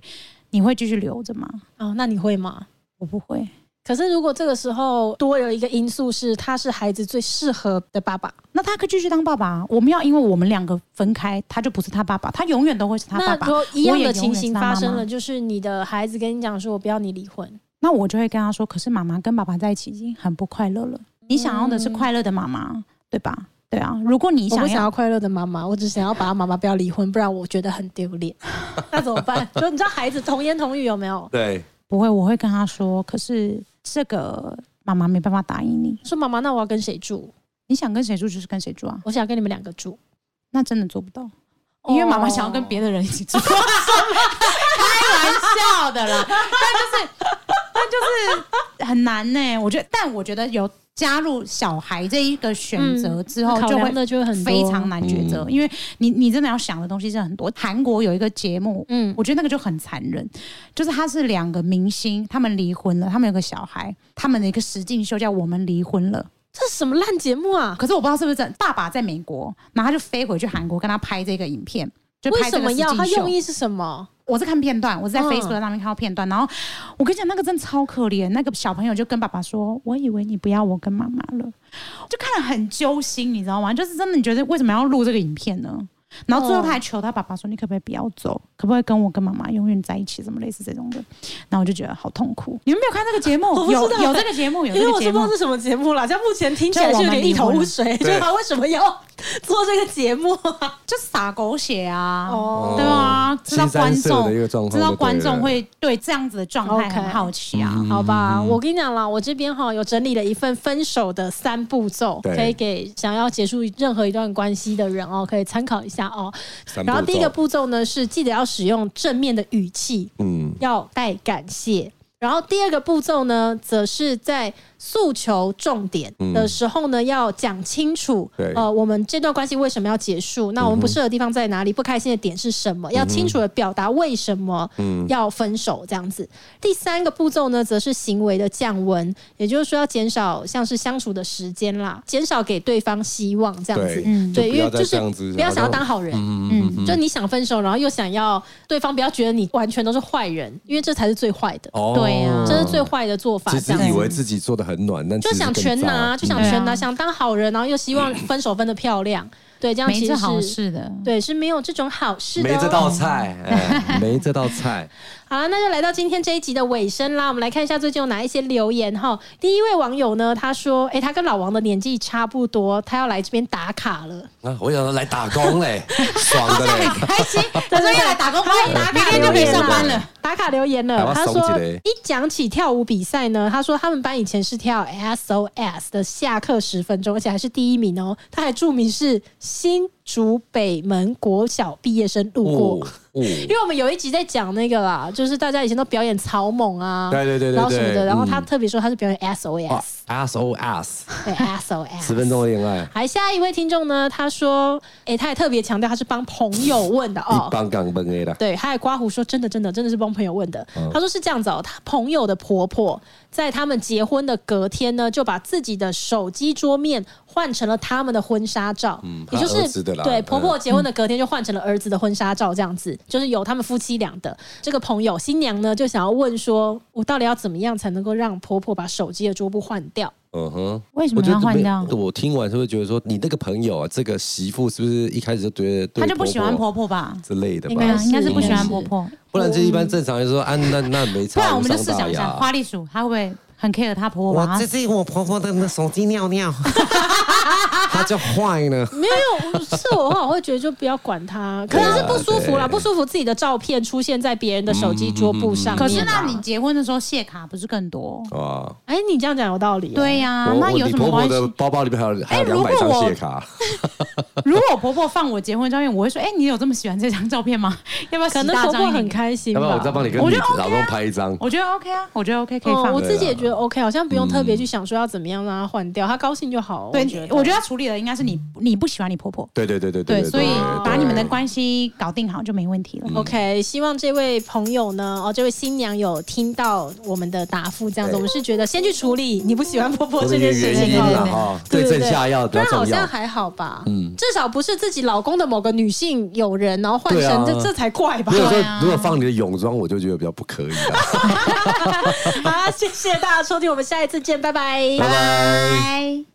[SPEAKER 3] 你会继续留着吗？
[SPEAKER 1] 哦，那你会吗？
[SPEAKER 3] 我不会，
[SPEAKER 1] 可是如果这个时候多有一个因素是他是孩子最适合的爸爸，
[SPEAKER 3] 那他可以继续当爸爸啊。我们要因为我们两个分开，他就不是他爸爸，他永远都会是他爸
[SPEAKER 1] 那如
[SPEAKER 3] 爸。
[SPEAKER 1] 果一样
[SPEAKER 3] 我也
[SPEAKER 1] 的
[SPEAKER 3] 永
[SPEAKER 1] 情
[SPEAKER 3] 远
[SPEAKER 1] 形
[SPEAKER 3] 是他妈
[SPEAKER 1] 发生
[SPEAKER 3] 妈
[SPEAKER 1] 了，就是你的孩子跟你讲说：“我不要你离婚。”
[SPEAKER 3] 那我就会跟他说，可是妈妈跟爸爸在一起已经很不快乐了，你想要的是快乐的妈妈，对吧？对啊，如果你
[SPEAKER 1] 嗯我不
[SPEAKER 3] 想
[SPEAKER 1] 想
[SPEAKER 3] 要
[SPEAKER 1] 要快乐的妈妈，我只想要爸爸妈妈不要离婚，不然我觉得很丢 脸。那怎么办？就你知道孩子童言童语有没有？
[SPEAKER 2] 对，
[SPEAKER 3] 不会，我会跟他说，可是这个妈妈没办法答应你，
[SPEAKER 1] 说妈妈，那我要跟谁住？
[SPEAKER 3] 你想跟谁住就是跟谁住啊，
[SPEAKER 1] 我想跟你们两个住。
[SPEAKER 3] 那真的做不到。
[SPEAKER 1] 哦
[SPEAKER 3] 因为妈妈想要跟别的人一起 住，开玩笑的啦。但就是，但就是很难呢、我觉得，但我觉得有加入小孩这一个选择之后，
[SPEAKER 1] 嗯考
[SPEAKER 3] 就会
[SPEAKER 1] 量的就会很多
[SPEAKER 3] 非常。难抉择，因为你你真的要想的东西是很多。韩国有一个节目，
[SPEAKER 1] 嗯
[SPEAKER 3] 我觉得那个就很残忍，就是他是两个明星，他们离婚了，他们有个小孩，他们的一个实境秀叫《我们离婚了》。
[SPEAKER 1] 这是什么烂节目啊？
[SPEAKER 3] 可是我不知道是不是真，爸爸在美国，然后他就飞回去韩国跟他拍这个影片。就
[SPEAKER 1] 为
[SPEAKER 3] 拍这
[SPEAKER 1] 什
[SPEAKER 3] 个
[SPEAKER 1] 么要？
[SPEAKER 3] 实境
[SPEAKER 1] 它
[SPEAKER 3] 秀
[SPEAKER 1] 用意是什么？
[SPEAKER 3] 我是看片段，我是在
[SPEAKER 1] 嗯
[SPEAKER 3] Facebook 上面看到片段，然后我跟你讲，那个真的超可怜。那个小朋友就跟爸爸说：“我以为你不要我跟妈妈了。”就看了很揪心，你知道吗？就是真的，你觉得为什么要录这个影片呢？然后最后
[SPEAKER 1] 嗯
[SPEAKER 3] 他还求他爸爸说：“你可不可以不要走？可不可以跟我跟妈妈永远在一起？”什么类似这种的。然后我就觉得好痛苦。你们没有看这个节目？
[SPEAKER 1] 我不知
[SPEAKER 3] 有
[SPEAKER 1] 道
[SPEAKER 3] 有这个节目，有
[SPEAKER 1] 因
[SPEAKER 3] 这
[SPEAKER 1] 为我
[SPEAKER 3] 个
[SPEAKER 1] 是不
[SPEAKER 3] 节
[SPEAKER 1] 知道
[SPEAKER 3] 目。
[SPEAKER 1] 是什么节目啦，像目前听起来
[SPEAKER 3] 就是我
[SPEAKER 1] 有
[SPEAKER 3] 们
[SPEAKER 1] 点一头雾水，就
[SPEAKER 2] 婚了
[SPEAKER 1] 他为什么要做这个节目啊？
[SPEAKER 3] 就撒狗血啊！
[SPEAKER 1] 哦
[SPEAKER 3] 对啊，知道
[SPEAKER 2] 新三
[SPEAKER 3] 观
[SPEAKER 2] 色的一个状况
[SPEAKER 3] 众知道
[SPEAKER 2] 就对
[SPEAKER 3] 观众
[SPEAKER 2] 了
[SPEAKER 3] 会对这样子的状态很
[SPEAKER 1] OK
[SPEAKER 3] 好奇啊。
[SPEAKER 1] 好吧，我跟你讲啦，我这边哈有整理了一份分手的三步骤，
[SPEAKER 2] 对
[SPEAKER 1] 可以给想要结束任何一段关系的人哦，可以参考一下哦。
[SPEAKER 2] 三步
[SPEAKER 1] 然后第一个
[SPEAKER 2] 骤，
[SPEAKER 1] 步骤呢是记得要使用正面的语气，
[SPEAKER 2] 嗯，
[SPEAKER 1] 要带感谢。然后第二个步骤呢，则是在诉求重点的时候呢，要讲清楚，
[SPEAKER 2] 嗯对嗯
[SPEAKER 1] 呃，我们这段关系为什么要结束？那我们不适合的地方在哪里？不开心的点是什么？要清楚的表达为什么
[SPEAKER 2] 嗯
[SPEAKER 1] 要分手这样子。第三个步骤呢，则是行为的降温，也就是说要减少像是相处的时间啦，减少给对方希望这样子
[SPEAKER 2] 对。嗯
[SPEAKER 1] 对，
[SPEAKER 2] 就不
[SPEAKER 1] 因
[SPEAKER 2] 要
[SPEAKER 1] 为
[SPEAKER 2] 再
[SPEAKER 1] 就是
[SPEAKER 2] 这样子
[SPEAKER 1] 不要想要
[SPEAKER 2] 好像
[SPEAKER 1] 当好人，
[SPEAKER 3] 嗯
[SPEAKER 1] 就你想分手，然后又想要对方不要觉得你完全都是坏人，因为这才是最坏的，
[SPEAKER 2] 哦
[SPEAKER 3] 对啊
[SPEAKER 1] 这是最坏的做法。
[SPEAKER 2] 其
[SPEAKER 1] 这
[SPEAKER 2] 实
[SPEAKER 1] 样
[SPEAKER 2] 以
[SPEAKER 1] 子
[SPEAKER 2] 为自己做的很暖，但
[SPEAKER 1] 就
[SPEAKER 2] 其实
[SPEAKER 1] 想
[SPEAKER 2] 更
[SPEAKER 1] 全拿，
[SPEAKER 2] 糟嗯
[SPEAKER 1] 就想全
[SPEAKER 3] 对
[SPEAKER 1] 拿，
[SPEAKER 3] 啊
[SPEAKER 1] 想当好人，然后又希望分手分的漂亮，对，这样
[SPEAKER 3] 没
[SPEAKER 1] 其
[SPEAKER 3] 这
[SPEAKER 1] 实
[SPEAKER 3] 好
[SPEAKER 1] 是。
[SPEAKER 3] 事的。
[SPEAKER 1] 对，是没有这种好事的、
[SPEAKER 2] 没
[SPEAKER 1] 哦。
[SPEAKER 2] 这道菜，哎没这道菜，
[SPEAKER 1] 好了，那就来到今天这一集的尾声啦。我们来看一下最近有哪一些留言哈。第一位网友呢，他说：“诶，他跟老王的年纪差不多，他要来这边打卡了。”
[SPEAKER 2] 啊，我想说来打工嘞，爽 的嘞，
[SPEAKER 3] 开心，他哦说要来打工，
[SPEAKER 1] 他
[SPEAKER 3] 他
[SPEAKER 1] 也
[SPEAKER 3] 打
[SPEAKER 1] 打
[SPEAKER 3] 明
[SPEAKER 1] 卡
[SPEAKER 3] 天
[SPEAKER 1] 留
[SPEAKER 3] 就可以
[SPEAKER 1] 言
[SPEAKER 3] 上班
[SPEAKER 1] 了
[SPEAKER 3] 了。，
[SPEAKER 1] 打卡留言
[SPEAKER 2] 哎
[SPEAKER 1] 了。
[SPEAKER 2] 我
[SPEAKER 1] 他
[SPEAKER 2] 怂
[SPEAKER 1] 说
[SPEAKER 2] 起来
[SPEAKER 1] 一讲起跳舞比赛呢，他说他们班以前是跳 SOS 的下课十分钟，而且还是第一名哦。他还注明是新竹北门国小毕业生路过。
[SPEAKER 2] 哦哦，
[SPEAKER 1] 因为我们有一集在讲那个啦，就是大家以前都表演草蜢啊，
[SPEAKER 2] 对对对对
[SPEAKER 1] 然后什么的，
[SPEAKER 2] 对
[SPEAKER 1] 然后他
[SPEAKER 2] 嗯
[SPEAKER 1] 特别说他是表演 SOS，、
[SPEAKER 2] 哇，SOS，
[SPEAKER 1] 对 SOS，
[SPEAKER 2] 啊十分钟的恋爱，
[SPEAKER 1] 还下一位听众呢，他说，诶，他也特别强调他是帮朋友问的哦
[SPEAKER 2] 一，般港本 A 啦，
[SPEAKER 1] 对，还有刮胡说真的真的真的是帮朋友问的，他说是这样子哦，他朋友的婆婆在他们结婚的隔天呢，就把自己的手机桌面换成了他们的婚纱照，也就
[SPEAKER 2] 她儿
[SPEAKER 1] 是
[SPEAKER 2] 子的啦
[SPEAKER 1] 对
[SPEAKER 2] 嗯
[SPEAKER 1] 婆婆结婚的隔天就换成了儿子的婚纱照，这样子就是有他们夫妻俩的。这个朋友新娘呢就想要问说，我到底要怎么样才能够让婆婆把手机的桌布换掉？
[SPEAKER 2] 嗯哼。
[SPEAKER 3] 为什
[SPEAKER 2] 我
[SPEAKER 3] 么
[SPEAKER 2] 觉
[SPEAKER 3] 要
[SPEAKER 2] 得
[SPEAKER 3] 换掉？
[SPEAKER 2] 没我听完是不是觉得说，你那个朋友啊，这个媳妇是不是一开始就觉得对
[SPEAKER 3] 他就不喜欢婆婆吧？
[SPEAKER 2] 之类的
[SPEAKER 1] 应
[SPEAKER 3] 对
[SPEAKER 2] 吧
[SPEAKER 3] 啊，？应该是
[SPEAKER 1] 是
[SPEAKER 3] 不喜欢
[SPEAKER 1] 是
[SPEAKER 3] 婆婆。
[SPEAKER 2] 不然这一般正常人说，啊，那那没差。
[SPEAKER 3] 不然我们就
[SPEAKER 2] 无
[SPEAKER 3] 试
[SPEAKER 2] 伤大
[SPEAKER 3] 想一下，
[SPEAKER 2] 雅
[SPEAKER 3] 花栗啊鼠她会不会很 care 她婆婆
[SPEAKER 2] 我
[SPEAKER 3] 吧
[SPEAKER 2] 这？是我婆婆的那手机尿尿，它就坏了。
[SPEAKER 1] 没有，我是我的话，我会觉得就不要管他， 可能是不舒服啦，不舒服自己的照片出现在别人的手机桌布上面啦。
[SPEAKER 3] 嗯可是
[SPEAKER 2] 啊
[SPEAKER 3] 那你结婚的时候谢卡不是更多？
[SPEAKER 2] 哇！
[SPEAKER 1] 哎、你这样讲有道理、，
[SPEAKER 3] 对呀、
[SPEAKER 2] 啊我
[SPEAKER 3] 那
[SPEAKER 2] 我
[SPEAKER 3] 有
[SPEAKER 2] 你
[SPEAKER 3] 什么
[SPEAKER 2] 婆婆
[SPEAKER 3] 关系？
[SPEAKER 2] 的包包里面还有还有
[SPEAKER 3] 哎
[SPEAKER 2] 两
[SPEAKER 3] 如果
[SPEAKER 2] 百张
[SPEAKER 3] 我
[SPEAKER 2] 谢 卡，
[SPEAKER 3] 如果我婆婆放我结婚照片，我会说：哎、你有这么喜欢这张照片吗？要不要洗
[SPEAKER 1] 可能
[SPEAKER 3] 大
[SPEAKER 1] 婆
[SPEAKER 3] 张
[SPEAKER 1] 婆
[SPEAKER 3] 一点
[SPEAKER 1] 很？开心
[SPEAKER 2] 要
[SPEAKER 1] 吧。
[SPEAKER 2] 不然我再帮你跟
[SPEAKER 3] 我
[SPEAKER 2] 你
[SPEAKER 3] 觉得 OK 啊
[SPEAKER 2] 老公拍一张。
[SPEAKER 3] 我觉得 OK 啊，我觉得 OK 可以
[SPEAKER 1] 嗯，
[SPEAKER 3] 放。
[SPEAKER 1] 我自己也觉得 OK，好像不用特别去
[SPEAKER 2] 嗯
[SPEAKER 1] 想说要怎么样让他换掉，他高兴就好。
[SPEAKER 3] 对
[SPEAKER 1] 我觉，得
[SPEAKER 3] 我觉得要处理的应该是你，你不喜欢你婆婆，
[SPEAKER 2] 对对对对
[SPEAKER 3] 对，
[SPEAKER 2] 对，
[SPEAKER 3] 所以
[SPEAKER 2] 对
[SPEAKER 3] 把你们的关系搞定好就没问题了。
[SPEAKER 1] OK，希望这位朋友呢，哦，这位新娘有听到我们的答复，这样子，
[SPEAKER 2] 对
[SPEAKER 1] 我们是觉得先去处理你不喜欢婆婆
[SPEAKER 2] 这
[SPEAKER 1] 这
[SPEAKER 2] 个
[SPEAKER 1] 件事
[SPEAKER 2] 原
[SPEAKER 1] 情
[SPEAKER 2] 因
[SPEAKER 1] 哦
[SPEAKER 2] 啦
[SPEAKER 3] 对对对
[SPEAKER 2] 哈，
[SPEAKER 1] 对
[SPEAKER 2] 对
[SPEAKER 1] 对
[SPEAKER 2] 症
[SPEAKER 1] 对
[SPEAKER 2] 下药比
[SPEAKER 1] 不然
[SPEAKER 2] 较
[SPEAKER 1] 好
[SPEAKER 2] 重
[SPEAKER 1] 像
[SPEAKER 2] 要。嗯
[SPEAKER 1] 还好吧，至少不是自己老公的某个女性友人，然后换
[SPEAKER 2] 对
[SPEAKER 1] 成
[SPEAKER 2] 啊
[SPEAKER 1] 这这才怪吧
[SPEAKER 2] 如。果
[SPEAKER 3] 对
[SPEAKER 2] 说
[SPEAKER 3] 啊
[SPEAKER 2] 如果放你的泳装，我就觉得比较不可以了。
[SPEAKER 1] 好，谢谢大家收听，我们下一次见，拜拜
[SPEAKER 2] 拜拜。
[SPEAKER 3] 拜。